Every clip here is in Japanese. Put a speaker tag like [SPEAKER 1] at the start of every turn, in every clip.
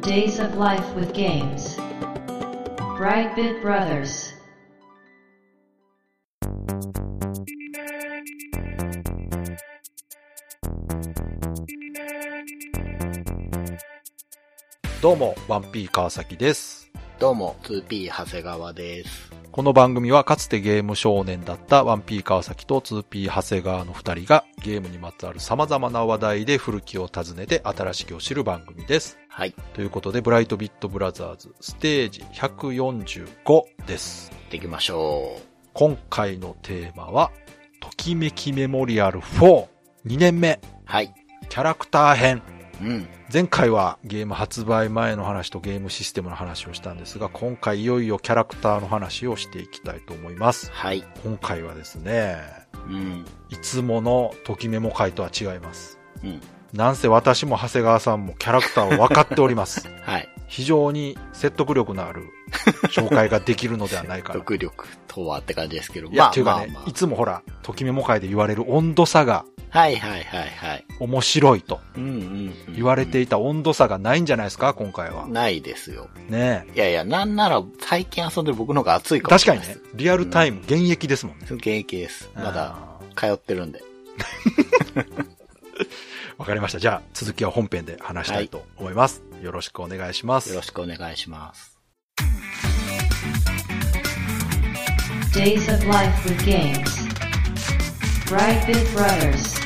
[SPEAKER 1] Days of Life with Games. Brightbit Brothers.
[SPEAKER 2] どうも、1P 川崎です。
[SPEAKER 3] どうも、2P 長谷川です。
[SPEAKER 2] この番組はかつてゲーム少年だった 1P 川崎と 2P 長谷川の二人がゲームにまつわる様々な話題で古きを訪ねて新しきを知る番組です。
[SPEAKER 3] はい、
[SPEAKER 2] ということで、ブライトビットブラザーズステージ145です。
[SPEAKER 3] 行ってきましょう。
[SPEAKER 2] 今回のテーマは、ときめきメモリアル4、2年目、
[SPEAKER 3] はい。
[SPEAKER 2] キャラクター編。
[SPEAKER 3] うん。
[SPEAKER 2] 前回はゲーム発売前の話とゲームシステムの話をしたんですが、今回いよいよキャラクターの話をしていきたいと思います。
[SPEAKER 3] はい。
[SPEAKER 2] 今回はですね、
[SPEAKER 3] うん。
[SPEAKER 2] いつものときメモ会とは違います。
[SPEAKER 3] うん。
[SPEAKER 2] なんせ私も長谷川さんもキャラクターを分かっており ます。
[SPEAKER 3] はい。
[SPEAKER 2] 非常に説得力のある紹介ができるのではない かな。
[SPEAKER 3] 独力とはって感じですけど。
[SPEAKER 2] いや、
[SPEAKER 3] まあ
[SPEAKER 2] という
[SPEAKER 3] ま
[SPEAKER 2] か
[SPEAKER 3] あ
[SPEAKER 2] ね、
[SPEAKER 3] ま
[SPEAKER 2] いつもほら、ときメモ会で言われる温度差が
[SPEAKER 3] あ。はいはいはいはい。
[SPEAKER 2] 面白いと
[SPEAKER 3] うんうん、うん。
[SPEAKER 2] 言われていた温度差がないんじゃないですか、今回は。
[SPEAKER 3] ないですよ。
[SPEAKER 2] ねえ。
[SPEAKER 3] いやいや、なんなら最近遊んでる僕の方が熱いかも
[SPEAKER 2] 確
[SPEAKER 3] しれ
[SPEAKER 2] か
[SPEAKER 3] な
[SPEAKER 2] に
[SPEAKER 3] い
[SPEAKER 2] ね、リアルタイム、現役ですもんね。
[SPEAKER 3] にね。現役です。まだ、通ってるんで。
[SPEAKER 2] うん。わかりました。じゃあ、続きは本編で話したいと思います。よろしくお願いします。
[SPEAKER 3] よろしくお願いします。
[SPEAKER 1] Days of Life with Games. Brightbit Brothers.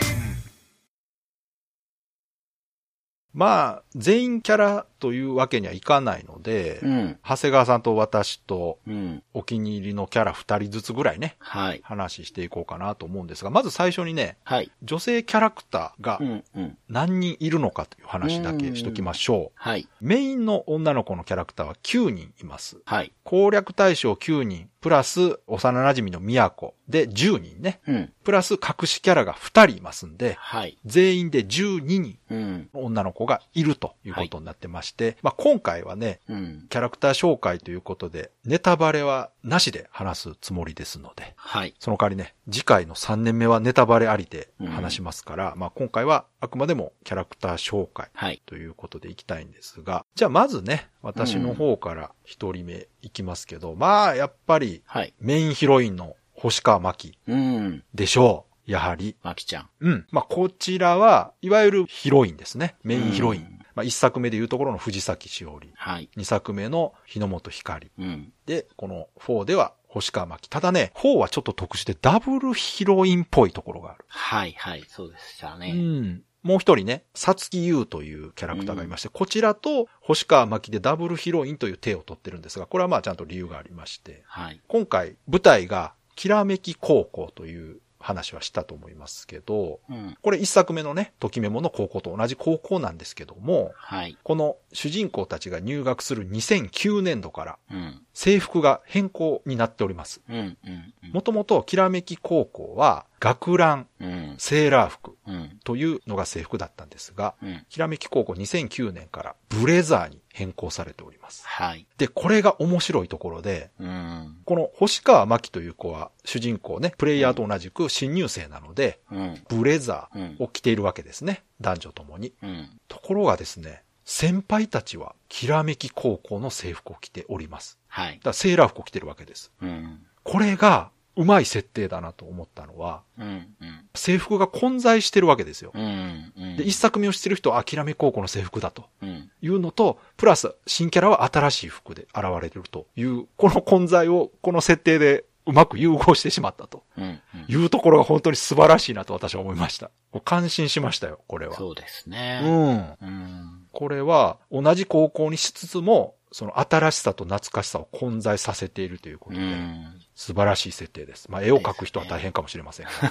[SPEAKER 2] まあ、全員キャラというわけにはいかないので、
[SPEAKER 3] うん。
[SPEAKER 2] 長谷川さんと私と
[SPEAKER 3] うん。
[SPEAKER 2] お気に入りのキャラ2人ずつぐらいね、
[SPEAKER 3] はい。
[SPEAKER 2] 話していこうかなと思うんですが、まず最初にね、
[SPEAKER 3] はい。
[SPEAKER 2] 女性キャラクターが
[SPEAKER 3] うんうん。
[SPEAKER 2] 何人いるのかという話だけしときましょ
[SPEAKER 3] はい。
[SPEAKER 2] う。メインの女の子のキャラクターは9人います。
[SPEAKER 3] はい。
[SPEAKER 2] 攻略対象9人、プラス幼馴染の都で10人ね。
[SPEAKER 3] うん。
[SPEAKER 2] プラス隠しキャラが2人いますんで、
[SPEAKER 3] はい。
[SPEAKER 2] 全員で12人
[SPEAKER 3] うん。
[SPEAKER 2] の女の子がいるということになってまして、まあ今回はね、
[SPEAKER 3] うん。
[SPEAKER 2] キャラクター紹介ということで、ネタバレはなしで話すつもりですので、
[SPEAKER 3] はい。
[SPEAKER 2] その代わりね、次回の3年目はネタバレありで話しますから、まあ今回はあくまでもキャラクター紹介
[SPEAKER 3] はい。
[SPEAKER 2] ということでいきたいんですが、じゃあまずね、私の方から一人目いきますけど、まあやっぱり
[SPEAKER 3] はい。
[SPEAKER 2] メインヒロインの星川真希
[SPEAKER 3] うん。
[SPEAKER 2] でしょう。やはり。
[SPEAKER 3] まきちゃん。
[SPEAKER 2] うん。まあこちらは、いわゆるヒロインですね。メインヒロイン。
[SPEAKER 3] うん
[SPEAKER 2] まあ一作目でいうところの藤崎しおり。
[SPEAKER 3] はい。
[SPEAKER 2] 二作目の日の本光。
[SPEAKER 3] うん。
[SPEAKER 2] で、この4では星川真希。ただね、4はちょっと特殊でダブルヒロインっぽいところがある。
[SPEAKER 3] はいはい、そうでした
[SPEAKER 2] う
[SPEAKER 3] ね。
[SPEAKER 2] ん。もう一人ね、さつきゆうというキャラクターがいまして、こちらと星川真希でダブルヒロインという手を取ってるんですが、これはまあちゃんと理由がありまして、
[SPEAKER 3] はい。
[SPEAKER 2] 今回舞台がきらめき高校という話はしたと思いますけど、
[SPEAKER 3] うん。
[SPEAKER 2] これ一作目のね、ときめもの高校と同じ高校なんですけども、
[SPEAKER 3] はい。
[SPEAKER 2] この主人公たちが入学する2009年度から
[SPEAKER 3] うん。
[SPEAKER 2] 制服が変更になっております。
[SPEAKER 3] うん。うん。
[SPEAKER 2] もともときらめき高校は学ラン、
[SPEAKER 3] うん。
[SPEAKER 2] セーラー服
[SPEAKER 3] うん。
[SPEAKER 2] というのが制服だったんですが、
[SPEAKER 3] うん。
[SPEAKER 2] きらめき高校2009年からブレザーに変更されております。
[SPEAKER 3] はい。
[SPEAKER 2] で、これが面白いところで、
[SPEAKER 3] うん。
[SPEAKER 2] この星川真希という子は主人公ね、プレイヤーと同じく新入生なので、
[SPEAKER 3] うん。
[SPEAKER 2] ブレザ
[SPEAKER 3] う
[SPEAKER 2] ー
[SPEAKER 3] ん。
[SPEAKER 2] を着ているわけですね。男女ともに。
[SPEAKER 3] うん。
[SPEAKER 2] ところがですね、先輩たちはきらめき高校の制服を着ております。
[SPEAKER 3] はい
[SPEAKER 2] だ。からセーラー服を着てるわけです。
[SPEAKER 3] うん。
[SPEAKER 2] これがうまい設定だなと思ったのは、
[SPEAKER 3] うん。うん。
[SPEAKER 2] 制服が混在してるわけですよ。
[SPEAKER 3] うん。うん。
[SPEAKER 2] で、一作目を知ってる人は、あきらめ高校の制服だと。
[SPEAKER 3] うん。
[SPEAKER 2] いうのと、プラス新キャラは新しい服で現れてるという、この混在をこの設定でうまく融合してしまったと
[SPEAKER 3] うん。
[SPEAKER 2] いうところが本当に素晴らしいなと私は思いました。もう感心しましたよ、これは。
[SPEAKER 3] そうです
[SPEAKER 2] う
[SPEAKER 3] ね。
[SPEAKER 2] ん。
[SPEAKER 3] うん。
[SPEAKER 2] これは同じ高校にしつつも、その新しさと懐かしさを混在させているというこ
[SPEAKER 3] う
[SPEAKER 2] とで、
[SPEAKER 3] ん。
[SPEAKER 2] 素晴らしい設定です。まあ、絵を描く人は大変かもしれませんが。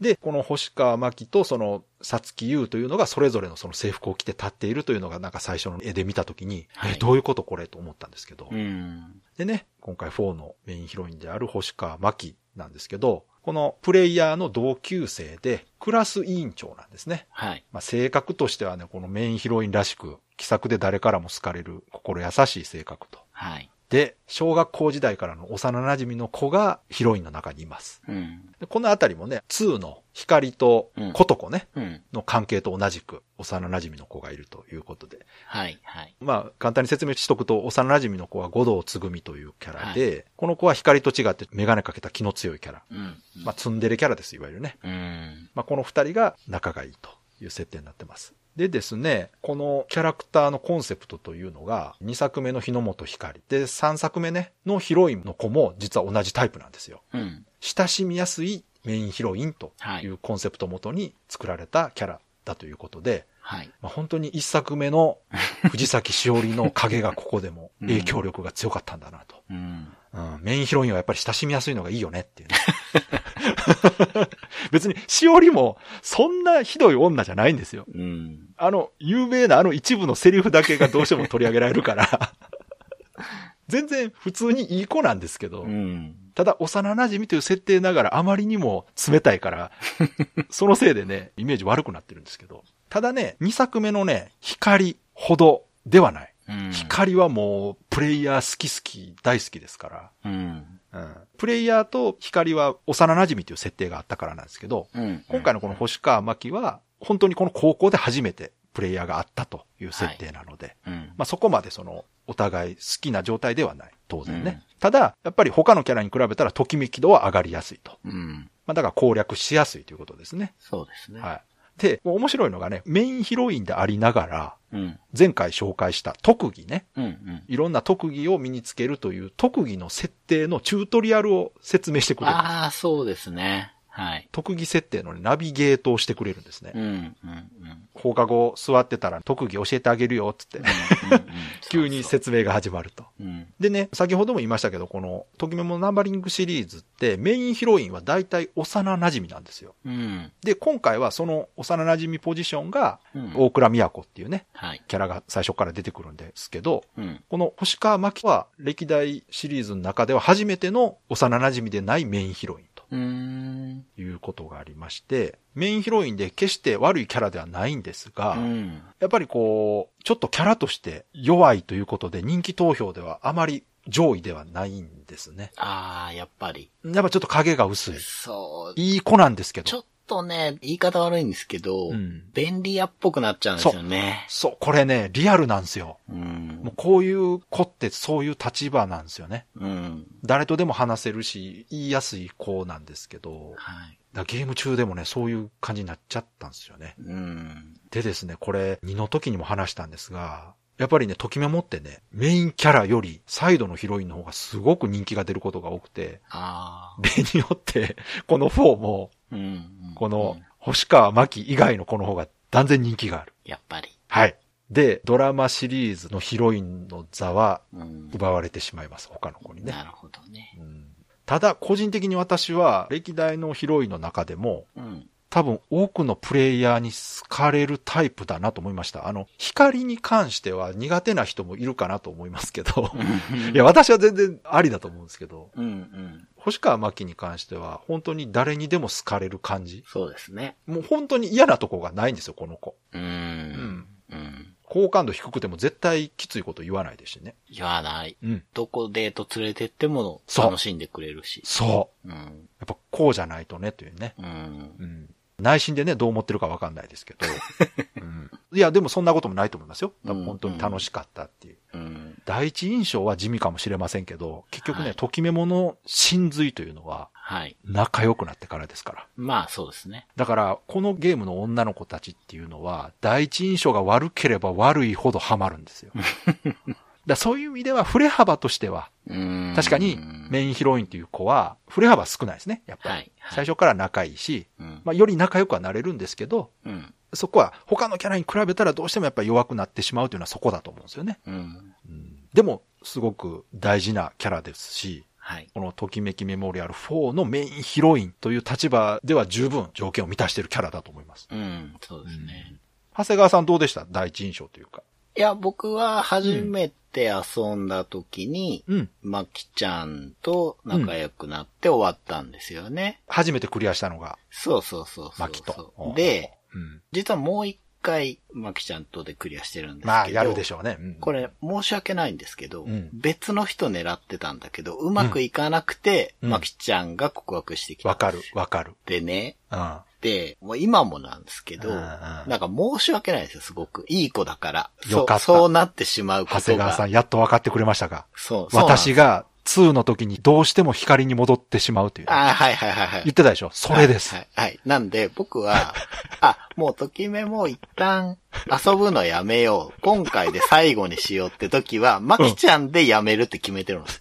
[SPEAKER 2] で、この星川真希とその、さつき優というのがそれぞれのその制服を着て立っているというのがなんか最初の絵で見たときに、
[SPEAKER 3] はい
[SPEAKER 2] え、どういうことこれと思ったんですけど。
[SPEAKER 3] うん。
[SPEAKER 2] でね、今回4のメインヒロインである星川真希なんですけど、このプレイヤーの同級生で、クラス委員長なんですね。
[SPEAKER 3] はい。
[SPEAKER 2] まあ、性格としてはね、このメインヒロインらしく、気さくで誰からも好かれる心優しい性格と。
[SPEAKER 3] はい。
[SPEAKER 2] で、小学校時代からの幼馴染の子がヒロインの中にいます。
[SPEAKER 3] うん。
[SPEAKER 2] でこのあたりもね、2の光と琴子ね、
[SPEAKER 3] うん。
[SPEAKER 2] の関係と同じく幼馴染の子がいるということで。
[SPEAKER 3] はい、はい。
[SPEAKER 2] まあ、簡単に説明しとくと、幼馴染の子は五道つぐみというキャラで、この子は光と違ってメガネかけた気の強いキャラ。
[SPEAKER 3] うん。
[SPEAKER 2] まあ、ツンデレキャラです、いわゆるね。
[SPEAKER 3] うん。
[SPEAKER 2] まあ、この二人が仲がいいという設定になってます。でですね、このキャラクターのコンセプトというのが、2作目の日の本光。で、3作目ね、のヒロインの子も実は同じタイプなんですよ。
[SPEAKER 3] うん。
[SPEAKER 2] 親しみやすいメインヒロインというコンセプトをもとに作られたキャラだということで、
[SPEAKER 3] はい。
[SPEAKER 2] まあ、本当に1作目の藤崎しおりの影がここでも影響力が強かったんだなと。
[SPEAKER 3] うん。
[SPEAKER 2] うん、メインヒロインはやっぱり親しみやすいのがいいよねっていうね。 別に、しおりもそんなひどい女じゃないんですよ。
[SPEAKER 3] うん。
[SPEAKER 2] あの、有名なあの一部のセリフだけがどうしても取り上げられるから。 全然普通にいい子なんですけど、
[SPEAKER 3] うん。
[SPEAKER 2] ただ幼馴染という設定ながらあまりにも冷たい から、そのせいでね、イメージ悪くなってるんですけど。ただね、2作目のね、光ほどではない。
[SPEAKER 3] うん。
[SPEAKER 2] 光はもう、プレイヤー好き好き大好きですから。
[SPEAKER 3] うん。
[SPEAKER 2] うんプレイヤーと光は幼馴染という設定があったからなんですけど、
[SPEAKER 3] うん。
[SPEAKER 2] 今回のこの星川真希は、本当にこの高校で初めてプレイヤーがあったという設定なので、
[SPEAKER 3] うん。
[SPEAKER 2] まあそこまでその、お互い好きな状態ではない。当然ね。
[SPEAKER 3] うん
[SPEAKER 2] ただ、やっぱり他のキャラに比べたらときめき度は上がりやすいと。
[SPEAKER 3] うん。
[SPEAKER 2] まあだから攻略しやすいということですね。
[SPEAKER 3] そうですね。
[SPEAKER 2] はい。で、もう面白いのがね、メインヒロインでありながら、
[SPEAKER 3] うん。
[SPEAKER 2] 前回紹介した特技ね。
[SPEAKER 3] うん。うん。
[SPEAKER 2] いろんな特技を身につけるという特技の設定のチュートリアルを説明してくれる。
[SPEAKER 3] ああ、そうですね。はい。
[SPEAKER 2] 特技設定のねナビゲートをしてくれるんですね。
[SPEAKER 3] うん。うん。うん。
[SPEAKER 2] 放課後座ってたら特技教えてあげるよ、つって。 急に
[SPEAKER 3] せ
[SPEAKER 2] 説明が始まると。
[SPEAKER 3] うん。
[SPEAKER 2] でね、先ほども言いましたけど、この、ときめもナンバリングシリーズって、メインヒロインは大体幼馴染なんですよ。
[SPEAKER 3] うん。
[SPEAKER 2] で、今回はその幼馴染ポジションが、
[SPEAKER 3] うん
[SPEAKER 2] 大倉美也子っていうね、
[SPEAKER 3] はい。
[SPEAKER 2] キャラが最初から出てくるんですけど、
[SPEAKER 3] うん。
[SPEAKER 2] この星川真希は歴代シリーズの中では初めての幼馴染でないメインヒロインと
[SPEAKER 3] うん。
[SPEAKER 2] いうことがありまして、メインヒロインで決して悪いキャラではないんですが、
[SPEAKER 3] うん。
[SPEAKER 2] やっぱりこう、ちょっとキャラとして弱いということで人気投票ではあまり上位ではないんですね。
[SPEAKER 3] ああ、やっぱり。
[SPEAKER 2] やっぱちょっと影が薄い。
[SPEAKER 3] そう。
[SPEAKER 2] いい子なんですけ
[SPEAKER 3] ちょ
[SPEAKER 2] ど。
[SPEAKER 3] っとね、言い方悪いんですけど、
[SPEAKER 2] うん
[SPEAKER 3] 便利屋っぽくなっちゃうんですよね。
[SPEAKER 2] そう、これね、リアルなんですよ。
[SPEAKER 3] うん
[SPEAKER 2] もう。こういう子ってそういう立場なんですよね。
[SPEAKER 3] うん。
[SPEAKER 2] 誰とでも話せるし、言いやすい子なんですけど、
[SPEAKER 3] はい。
[SPEAKER 2] だからゲーム中でもね、そういう感じになっちゃったんですよね。
[SPEAKER 3] うん。
[SPEAKER 2] でですね、これ、2の時にも話したんですが、やっぱりね、ときめもってね、メインキャラよりサイドのヒロインの方がすごく人気が出ることが多くて、
[SPEAKER 3] ああ。
[SPEAKER 2] 例によって、この4も、
[SPEAKER 3] うんうん。
[SPEAKER 2] この
[SPEAKER 3] うん、
[SPEAKER 2] 星川真希以外の子の方が断然人気がある。
[SPEAKER 3] やっぱり。
[SPEAKER 2] はい。で、ドラマシリーズのヒロインの座は
[SPEAKER 3] うん。
[SPEAKER 2] 奪われてしまいます、他の子にね。
[SPEAKER 3] なるほどね。
[SPEAKER 2] うんただ、個人的に私は、歴代のヒロインの中でも、
[SPEAKER 3] うん。
[SPEAKER 2] 多分多くのプレイヤーに好かれるタイプだなと思いました。あの、光に関しては苦手な人もいるかなと思いますけど、いや、私は全然ありだと思うんですけど、
[SPEAKER 3] うんうん。
[SPEAKER 2] 星川真希に関しては、本当に誰にでも好かれる感じ。
[SPEAKER 3] そうですね。
[SPEAKER 2] もう本当に嫌なとこがないんですよ、この子。
[SPEAKER 3] うん。うん。
[SPEAKER 2] 好感度低くても絶対きついこと言わないですしね。
[SPEAKER 3] 言わない。
[SPEAKER 2] うん。
[SPEAKER 3] どこデート連れてっても
[SPEAKER 2] そう
[SPEAKER 3] 楽しんでくれるし。
[SPEAKER 2] そう。
[SPEAKER 3] うん。
[SPEAKER 2] やっぱこうじゃないとね、というね。
[SPEAKER 3] うん。
[SPEAKER 2] うん。内心でね、どう思ってるかわかんないですけ ど。うん。いや、でもそんなこともないと思いますよ。多分本当に楽しかったっていう。
[SPEAKER 3] うん。
[SPEAKER 2] 第一印象は地味かもしれませんけど、結局ね、
[SPEAKER 3] はい
[SPEAKER 2] ときめもの真髄というのは
[SPEAKER 3] はい。
[SPEAKER 2] 仲良くなってからですから。
[SPEAKER 3] まあ、そうですね。
[SPEAKER 2] だから、このゲームの女の子たちっていうのは、第一印象が悪ければ悪いほどハマるんですよ。だ からそういう意味では、振れ幅としては、
[SPEAKER 3] うん。
[SPEAKER 2] 確かにメインヒロインという子は、振れ幅少ないですね、やっぱり。
[SPEAKER 3] はいはい
[SPEAKER 2] 最初から仲いいし、
[SPEAKER 3] うん。
[SPEAKER 2] まあ、より仲良くはなれるんですけど、
[SPEAKER 3] うん。
[SPEAKER 2] そこは他のキャラに比べたらどうしてもやっぱり弱くなってしまうというのはそこだと思うんですよね。
[SPEAKER 3] うん。
[SPEAKER 2] うんでも、すごく大事なキャラですし、
[SPEAKER 3] はい。
[SPEAKER 2] このときめきメモリアル4のメインヒロインという立場では十分条件を満たしているキャラだと思います。
[SPEAKER 3] うん。そうですね。
[SPEAKER 2] 長谷川さんどうでした第一印象というか。
[SPEAKER 3] いや、僕は初めて遊んだ時に、
[SPEAKER 2] うん。
[SPEAKER 3] まきちゃんと仲良くなって終わったんですよね。
[SPEAKER 2] 初めてクリアしたのが、
[SPEAKER 3] そうそうそうそうそ
[SPEAKER 2] マ
[SPEAKER 3] う。
[SPEAKER 2] キと。
[SPEAKER 3] で、
[SPEAKER 2] うん、
[SPEAKER 3] 実はもう一回、マキちゃんとでクリアしてるんですけど。
[SPEAKER 2] まあ、やるでしょうね。うん
[SPEAKER 3] これ、申し訳ないんですけど、
[SPEAKER 2] うん
[SPEAKER 3] 別の人狙ってたんだけど、うまくいかなくて、
[SPEAKER 2] うん
[SPEAKER 3] マキちゃんが告白してきた。
[SPEAKER 2] わかる、わかる。
[SPEAKER 3] でね、
[SPEAKER 2] うん。
[SPEAKER 3] で、もう今もなんですけど、
[SPEAKER 2] うんうん
[SPEAKER 3] なんか申し訳ないですよ、すごく。いい子だから。
[SPEAKER 2] よかった
[SPEAKER 3] そう、そうなってしまうことが。
[SPEAKER 2] 長谷川さん、やっと分かってくれましたか
[SPEAKER 3] そう、そうなんです
[SPEAKER 2] 私。が2の時にどうしても光に戻ってしまうという。
[SPEAKER 3] ああ、はいはいはいは
[SPEAKER 2] 言
[SPEAKER 3] い。
[SPEAKER 2] ってたでしょそれです。
[SPEAKER 3] はい、はいはい。なんで、僕 は、あ、もうときめも一旦遊ぶのやめよう。今回で最後にしようって時は、まきちゃんでやめるって決めてるんです。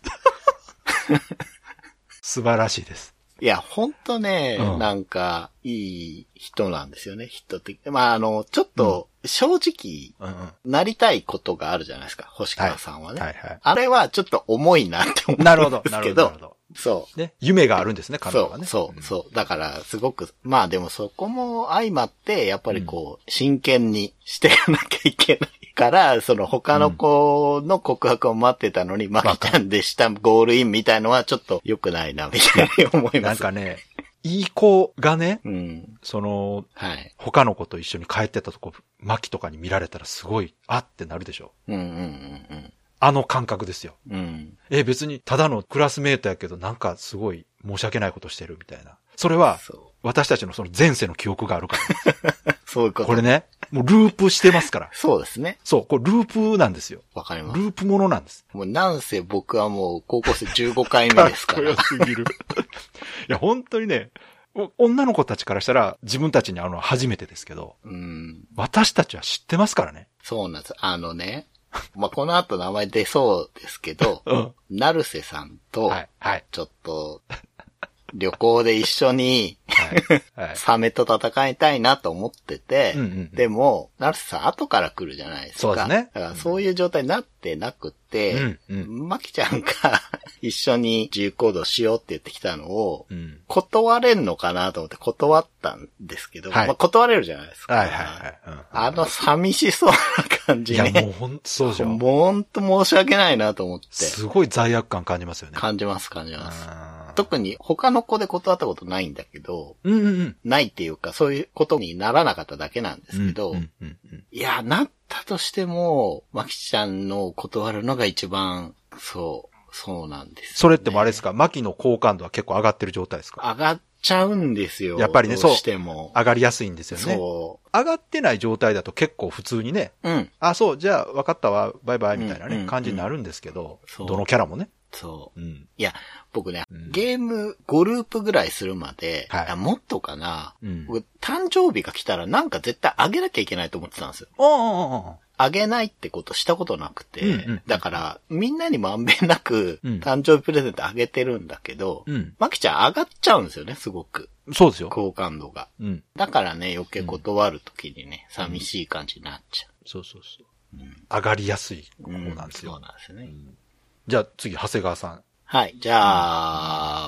[SPEAKER 2] 素晴らしいです。
[SPEAKER 3] いや、ほんとね、
[SPEAKER 2] うん
[SPEAKER 3] なんか、いい人なんですよね、人的。まあ、あの、ちょっと、正直、
[SPEAKER 2] うんうん。は
[SPEAKER 3] なりたいことがあるじゃないですか、星川さんはね。
[SPEAKER 2] いは
[SPEAKER 3] あれはちょっと重いなって思
[SPEAKER 2] い。なるほ
[SPEAKER 3] うん
[SPEAKER 2] ど、
[SPEAKER 3] です
[SPEAKER 2] なる
[SPEAKER 3] け
[SPEAKER 2] ほど、なるほ
[SPEAKER 3] ど。
[SPEAKER 2] ど。
[SPEAKER 3] そう。
[SPEAKER 2] ね、夢があるんですね、彼女
[SPEAKER 3] そ
[SPEAKER 2] は
[SPEAKER 3] う、
[SPEAKER 2] ね。
[SPEAKER 3] そう、そう。だから、すごく、まあでもそこも相まって、やっぱりこう、真剣にしていかなきゃいけないから、 その他の子の告白を待ってたのに、マキちゃんでしたゴールインみたいのはちょっと良くないな、みたいに思い
[SPEAKER 2] うんな
[SPEAKER 3] ま
[SPEAKER 2] ん
[SPEAKER 3] す。
[SPEAKER 2] かね、いい子がね、
[SPEAKER 3] うん。
[SPEAKER 2] その、
[SPEAKER 3] はい。
[SPEAKER 2] 他の子と一緒に帰ってたとこ、マキとかに見られたらすごい、あってなるでしょ
[SPEAKER 3] うんうんうん
[SPEAKER 2] あの感覚ですよ。
[SPEAKER 3] うん。うん。
[SPEAKER 2] え、別にただのクラスメートやけど、なんかすごい申し訳ないことしてるみたいな。それは、
[SPEAKER 3] そ
[SPEAKER 2] 私たちのその前世の記憶があるから。
[SPEAKER 3] う。 そういうこと。
[SPEAKER 2] これね、もうループしてますから。
[SPEAKER 3] そうですね。
[SPEAKER 2] そう、これループなんですよ。
[SPEAKER 3] わかります。
[SPEAKER 2] ループものなんです。
[SPEAKER 3] もうなんせ僕はもう高校生15回目ですか ら。
[SPEAKER 2] す ぎる。いや、本当にね、お女の子たちからしたら自分たちにあの初めてですけど、
[SPEAKER 3] うん。
[SPEAKER 2] 私たちは知ってますからね。
[SPEAKER 3] そうなんです。あのね。まあ、この後名前出そうですけど、
[SPEAKER 2] うん。
[SPEAKER 3] なるせさんと
[SPEAKER 2] は、い、はい、
[SPEAKER 3] ちょっと、旅行で一緒に
[SPEAKER 2] はい。はい、
[SPEAKER 3] サメと戦いたいなと思ってて、
[SPEAKER 2] うんうん。
[SPEAKER 3] でも、なるせさん後から来るじゃないですか。
[SPEAKER 2] そうですね
[SPEAKER 3] だからそういう状態になってなくて、
[SPEAKER 2] うん、うん。
[SPEAKER 3] まきちゃんが 一緒に自由行動しようって言ってきたのを、
[SPEAKER 2] うん。
[SPEAKER 3] 断れんのかなと思って断ったんですけど、
[SPEAKER 2] はい
[SPEAKER 3] まあ断れるじゃないですか。
[SPEAKER 2] はい、はい、はい。うん
[SPEAKER 3] あの寂しそうな感
[SPEAKER 2] い
[SPEAKER 3] じ
[SPEAKER 2] や、もう
[SPEAKER 3] ね。
[SPEAKER 2] ほん、そうでしょ。
[SPEAKER 3] もうほんと申し訳ないなと思って、
[SPEAKER 2] すごい罪悪感感じますよね。
[SPEAKER 3] 感じます感じます。
[SPEAKER 2] あー
[SPEAKER 3] 特に他の子で断ったことないんだけど、
[SPEAKER 2] うんうんうん。
[SPEAKER 3] ないっていうか、そういうことにならなかっただけなんですけど、
[SPEAKER 2] うんうんうん
[SPEAKER 3] いや、なったとしても、まきちゃんの断るのが一番、そう、そうなんです、
[SPEAKER 2] それってもあれですか、マキの好感度は結構上がってる状態ですか
[SPEAKER 3] 上がっちゃうんですよ。
[SPEAKER 2] やっぱりね
[SPEAKER 3] どうしても。
[SPEAKER 2] 上がりやすいんですよね。
[SPEAKER 3] そ
[SPEAKER 2] 上がってない状態だと結構普通にね、
[SPEAKER 3] う。うん。
[SPEAKER 2] あ、そう、じゃあ分かったわ、バイバイみたいな
[SPEAKER 3] うんうんう
[SPEAKER 2] ね、
[SPEAKER 3] ん
[SPEAKER 2] 感じになるんですけど、
[SPEAKER 3] そう
[SPEAKER 2] どのキャラもね。
[SPEAKER 3] そう。
[SPEAKER 2] うん。
[SPEAKER 3] いや、僕ね、
[SPEAKER 2] うん
[SPEAKER 3] ゲーム5ループぐらいするまで、
[SPEAKER 2] はい
[SPEAKER 3] あもっとかな、
[SPEAKER 2] うん。
[SPEAKER 3] 僕誕生日が来たらなんか絶対あげなきゃいけないと思ってたんですよ。
[SPEAKER 2] あ
[SPEAKER 3] あげないってことしたことなくて、
[SPEAKER 2] うんうん
[SPEAKER 3] だから、みんなにまんべんなく、
[SPEAKER 2] うん
[SPEAKER 3] 誕生日プレゼントあげてるんだけど、
[SPEAKER 2] うん。
[SPEAKER 3] まきちゃん上がっちゃうんですよね、すごく。
[SPEAKER 2] そうですよ。
[SPEAKER 3] 好感度が。
[SPEAKER 2] うん。
[SPEAKER 3] だからね、余計断るときにね、寂しい感じになっちゃ
[SPEAKER 2] そうそうそう。
[SPEAKER 3] う。うん。
[SPEAKER 2] 上がりやすい方
[SPEAKER 3] うん
[SPEAKER 2] なんです
[SPEAKER 3] そう
[SPEAKER 2] よ。
[SPEAKER 3] なんですね。
[SPEAKER 2] じゃあ次、長谷川さん。
[SPEAKER 3] はい、じゃ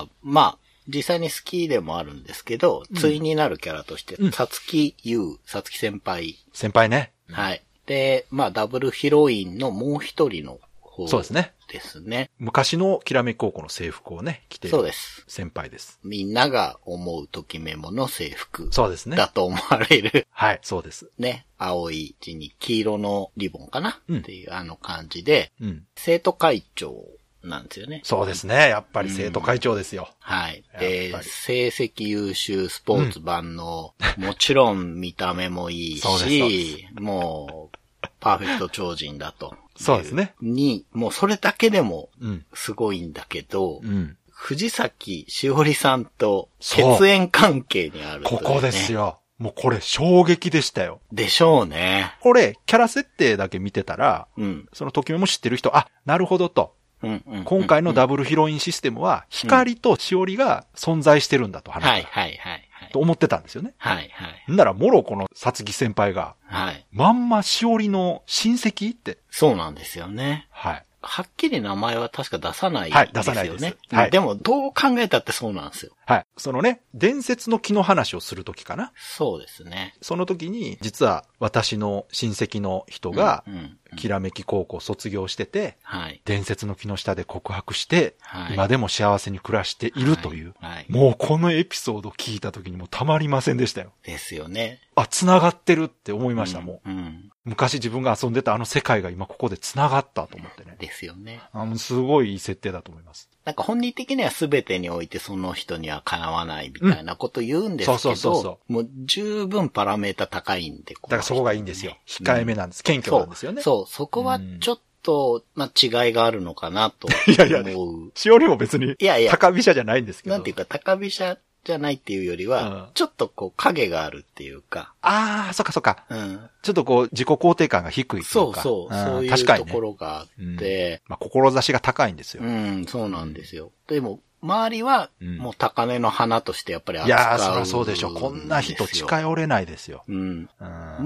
[SPEAKER 3] あ、まあ、実際に好きでもあるんですけど、
[SPEAKER 2] ん
[SPEAKER 3] 対になるキャラとして
[SPEAKER 2] うん、
[SPEAKER 3] さつき優、さつき先輩
[SPEAKER 2] 先輩ね。
[SPEAKER 3] はい。で、まあ、ダブルヒロインのもう一人の方
[SPEAKER 2] そうですね。
[SPEAKER 3] ですね。
[SPEAKER 2] 昔のきらめ高校の制服をね、着て
[SPEAKER 3] そう
[SPEAKER 2] る
[SPEAKER 3] です。
[SPEAKER 2] 先輩です。
[SPEAKER 3] みんなが思うときメモの制服
[SPEAKER 2] そうですね。
[SPEAKER 3] だと思われる、
[SPEAKER 2] はい、そうです。
[SPEAKER 3] ね、青い地に黄色のリボンかな、
[SPEAKER 2] うん
[SPEAKER 3] っていうあの感じで、
[SPEAKER 2] うん。
[SPEAKER 3] 生徒会長なんですよね。
[SPEAKER 2] そうですね。やっぱり生徒会長ですよ。
[SPEAKER 3] はい。
[SPEAKER 2] やっ
[SPEAKER 3] で、
[SPEAKER 2] ぱり
[SPEAKER 3] 成績優秀スポーツ万能、もちろん見た目もいい
[SPEAKER 2] そうですそう
[SPEAKER 3] し、もう、パーフェクト超人だと。
[SPEAKER 2] そうですね。
[SPEAKER 3] に、もうそれだけでも
[SPEAKER 2] うん。
[SPEAKER 3] すごいんだけど、
[SPEAKER 2] うん。
[SPEAKER 3] 藤崎しおりさんと
[SPEAKER 2] そう
[SPEAKER 3] 血縁関係にある、
[SPEAKER 2] ここです
[SPEAKER 3] よ。
[SPEAKER 2] よ。もうこれ衝撃でしたよ。
[SPEAKER 3] でしょうね。
[SPEAKER 2] これ、キャラ設定だけ見てたら、
[SPEAKER 3] うん。
[SPEAKER 2] そのときめも知ってる人、あ、なるほどと。
[SPEAKER 3] うん、うん。
[SPEAKER 2] 今回の
[SPEAKER 3] ダ
[SPEAKER 2] ダブルヒロインシステムは、光としおりが存在してるんだと話
[SPEAKER 3] はい
[SPEAKER 2] した。
[SPEAKER 3] はいはいはい。
[SPEAKER 2] と思ってたんですよね。
[SPEAKER 3] はいはい。
[SPEAKER 2] んなら、もろこのさつき先輩が、
[SPEAKER 3] はい。
[SPEAKER 2] まんましおりの親戚って。
[SPEAKER 3] そうなんですよね。
[SPEAKER 2] はい。
[SPEAKER 3] はっきり名前は確か出さないですよ
[SPEAKER 2] はい
[SPEAKER 3] ね。
[SPEAKER 2] 出さないですはい
[SPEAKER 3] でも、どう考えたってそうなんですよ。
[SPEAKER 2] はい。そのね、伝説の木の話をするときかな。
[SPEAKER 3] そうですね。
[SPEAKER 2] その時に、実は私の親戚の人が
[SPEAKER 3] う、んうん
[SPEAKER 2] きらめき高校卒業してて、
[SPEAKER 3] はい。
[SPEAKER 2] 伝説の木の下で告白して、
[SPEAKER 3] はい
[SPEAKER 2] 今でも幸せに暮らしているという。
[SPEAKER 3] はいはい
[SPEAKER 2] もうこのエピソード聞いた時にもうたまりませんでしたよ。
[SPEAKER 3] ですよね。
[SPEAKER 2] あ、繋がってるって思いました、も
[SPEAKER 3] うん。うん
[SPEAKER 2] う。昔自分が遊んでたあの世界が今ここで繋がったと思ってね。
[SPEAKER 3] ですよね。
[SPEAKER 2] あもうすごいいい設定だと思います。
[SPEAKER 3] なんか本人的には全てにおいてその人にはかなわないみたいなこと言うんですけど、
[SPEAKER 2] うんそうそうそうそ
[SPEAKER 3] もう十分パラメータ高いん
[SPEAKER 2] だ
[SPEAKER 3] で、
[SPEAKER 2] からそこがいいんですよ。控えめなんです。謙虚なんですよね。
[SPEAKER 3] そう、そうそこはちょっと、まあ、違いがあるのかなと
[SPEAKER 2] いやいや
[SPEAKER 3] 思う。
[SPEAKER 2] しおりも別に
[SPEAKER 3] いやいや
[SPEAKER 2] 高飛車じゃないんですけど。
[SPEAKER 3] なんていうか、高飛車じゃないっていうよりは、
[SPEAKER 2] うん
[SPEAKER 3] ちょっとこう影があるっていうか、
[SPEAKER 2] ああ、そっかそっか。
[SPEAKER 3] うん。
[SPEAKER 2] ちょっとこう、自己肯定感が低いというか。
[SPEAKER 3] そうそう、
[SPEAKER 2] ん
[SPEAKER 3] そういう
[SPEAKER 2] 確か
[SPEAKER 3] と
[SPEAKER 2] にね
[SPEAKER 3] ころがあって、
[SPEAKER 2] まあ、志が高いんですよ。
[SPEAKER 3] うん、そうなんですよ。でも、周りは、
[SPEAKER 2] うん
[SPEAKER 3] もう高根の花としてやっぱり
[SPEAKER 2] い
[SPEAKER 3] 扱
[SPEAKER 2] やー、
[SPEAKER 3] う
[SPEAKER 2] そりゃそうでしょ。こんな人
[SPEAKER 3] ですよ
[SPEAKER 2] 近寄れないですよ。
[SPEAKER 3] うん。
[SPEAKER 2] うん。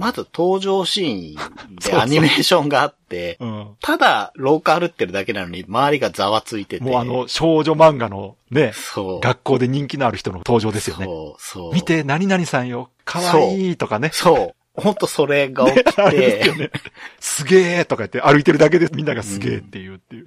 [SPEAKER 3] まず登場シーン
[SPEAKER 2] そう
[SPEAKER 3] で
[SPEAKER 2] そう
[SPEAKER 3] アニメーションがあって
[SPEAKER 2] う、ん。
[SPEAKER 3] ただ廊下歩ってるだけなのに周りがざわついてて。
[SPEAKER 2] もうあの、少女漫画のね、
[SPEAKER 3] そう。
[SPEAKER 2] 学校で人気のある人の登場ですよね。
[SPEAKER 3] そう、そう。
[SPEAKER 2] 見。て、何々さんよ、かわいいとかね。
[SPEAKER 3] そう。ほんとそれが起 き
[SPEAKER 2] あれで
[SPEAKER 3] て
[SPEAKER 2] す、よね。すげーとか言って歩いてるだけでみんながすげーっていうっていう。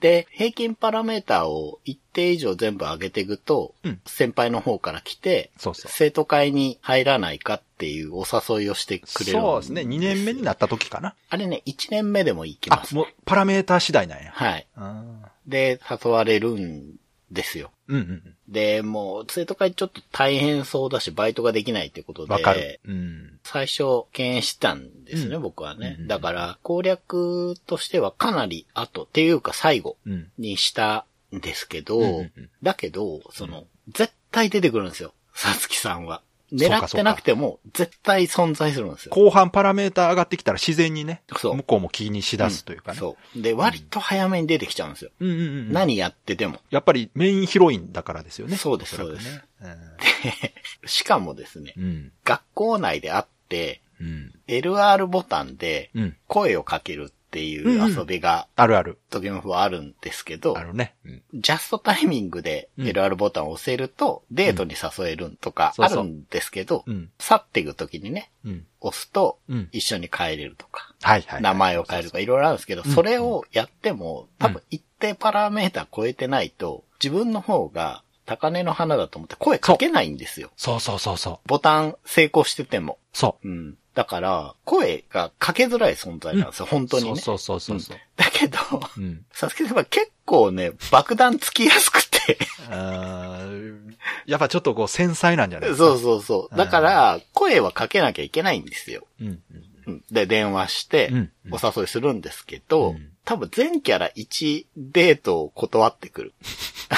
[SPEAKER 3] で、平均パラメーターを一定以上全部上げていくと、
[SPEAKER 2] うん
[SPEAKER 3] 先輩の方から来て、
[SPEAKER 2] そうそう。
[SPEAKER 3] 生徒会に入らないかっていうお誘いをしてくれるん
[SPEAKER 2] そうですね。2年目にな
[SPEAKER 3] っ
[SPEAKER 2] った時かな。
[SPEAKER 3] あれね、1年目でも行き
[SPEAKER 2] あ
[SPEAKER 3] ま、す。
[SPEAKER 2] もうパラメーター次第なんや。
[SPEAKER 3] はい。
[SPEAKER 2] うん
[SPEAKER 3] で、誘われるんですよ。
[SPEAKER 2] うんうん。
[SPEAKER 3] で、もう、生徒会ちょっと大変そうだし、バイトができないってこと
[SPEAKER 2] わかる
[SPEAKER 3] で、。
[SPEAKER 2] うん。
[SPEAKER 3] 最初、敬遠したんですね、
[SPEAKER 2] うん
[SPEAKER 3] 僕はね
[SPEAKER 2] う。ん
[SPEAKER 3] だから、攻略としてはかなり後、っていうか最後
[SPEAKER 2] うん。
[SPEAKER 3] にしたんですけど、
[SPEAKER 2] うんうんうん
[SPEAKER 3] だけど、そうの、絶対出てくるんですよ、さつきさんは。
[SPEAKER 2] そう
[SPEAKER 3] 狙
[SPEAKER 2] か
[SPEAKER 3] ってなくても、絶対存在するんですよ。
[SPEAKER 2] 後半パラメーター上がってきたら自然にね、
[SPEAKER 3] そう
[SPEAKER 2] 向こうも気にしだすというかね。
[SPEAKER 3] そう。で、割と早めに出てきちゃうんですよ。
[SPEAKER 2] うんうんうん。
[SPEAKER 3] 何やってても。
[SPEAKER 2] やっぱりメインヒロインだからですよね。
[SPEAKER 3] そうです、そう
[SPEAKER 2] お
[SPEAKER 3] で
[SPEAKER 2] そ
[SPEAKER 3] す
[SPEAKER 2] ら。くね。
[SPEAKER 3] しかもですね、
[SPEAKER 2] うん。
[SPEAKER 3] 学校内であって、
[SPEAKER 2] うん。
[SPEAKER 3] LR ボタンで
[SPEAKER 2] うん。
[SPEAKER 3] 声をかけるっていう遊びが、
[SPEAKER 2] あるある。
[SPEAKER 3] 時のフはあるんですけど
[SPEAKER 2] あ、るね。うん。
[SPEAKER 3] ジャストタイミングで
[SPEAKER 2] うん
[SPEAKER 3] LR ボタンを押せると、デートに誘えるとか
[SPEAKER 2] うん
[SPEAKER 3] あるんですけど
[SPEAKER 2] う、ん。
[SPEAKER 3] 去っていく時にね、
[SPEAKER 2] うん。
[SPEAKER 3] 押すと
[SPEAKER 2] うん
[SPEAKER 3] 一緒に帰れるとか、
[SPEAKER 2] はいはい。
[SPEAKER 3] 名前を変えるとかいろいろあるんですけど、それをやっても、多分一定パラメータ超えてないと、自分の方が高根の花だと思って声かけないんですよ。
[SPEAKER 2] そうそうそうそう。
[SPEAKER 3] ボタン成功してても。
[SPEAKER 2] そう。
[SPEAKER 3] うん。だから、声がかけづらい存在なんですよ、本当にね。
[SPEAKER 2] そうそうそうそう。
[SPEAKER 3] だけど、
[SPEAKER 2] うん。
[SPEAKER 3] サスケさんは結構ね、爆弾つきやすくて、
[SPEAKER 2] あーやっぱちょっとこう繊細なんじゃないですか。
[SPEAKER 3] そうそうそう。だから、声はかけなきゃいけないんですよ。
[SPEAKER 2] うん。
[SPEAKER 3] うんで、電話して
[SPEAKER 2] うん、
[SPEAKER 3] お誘いするんですけど、
[SPEAKER 2] うん
[SPEAKER 3] 多分全キャラ1デートを断ってくる。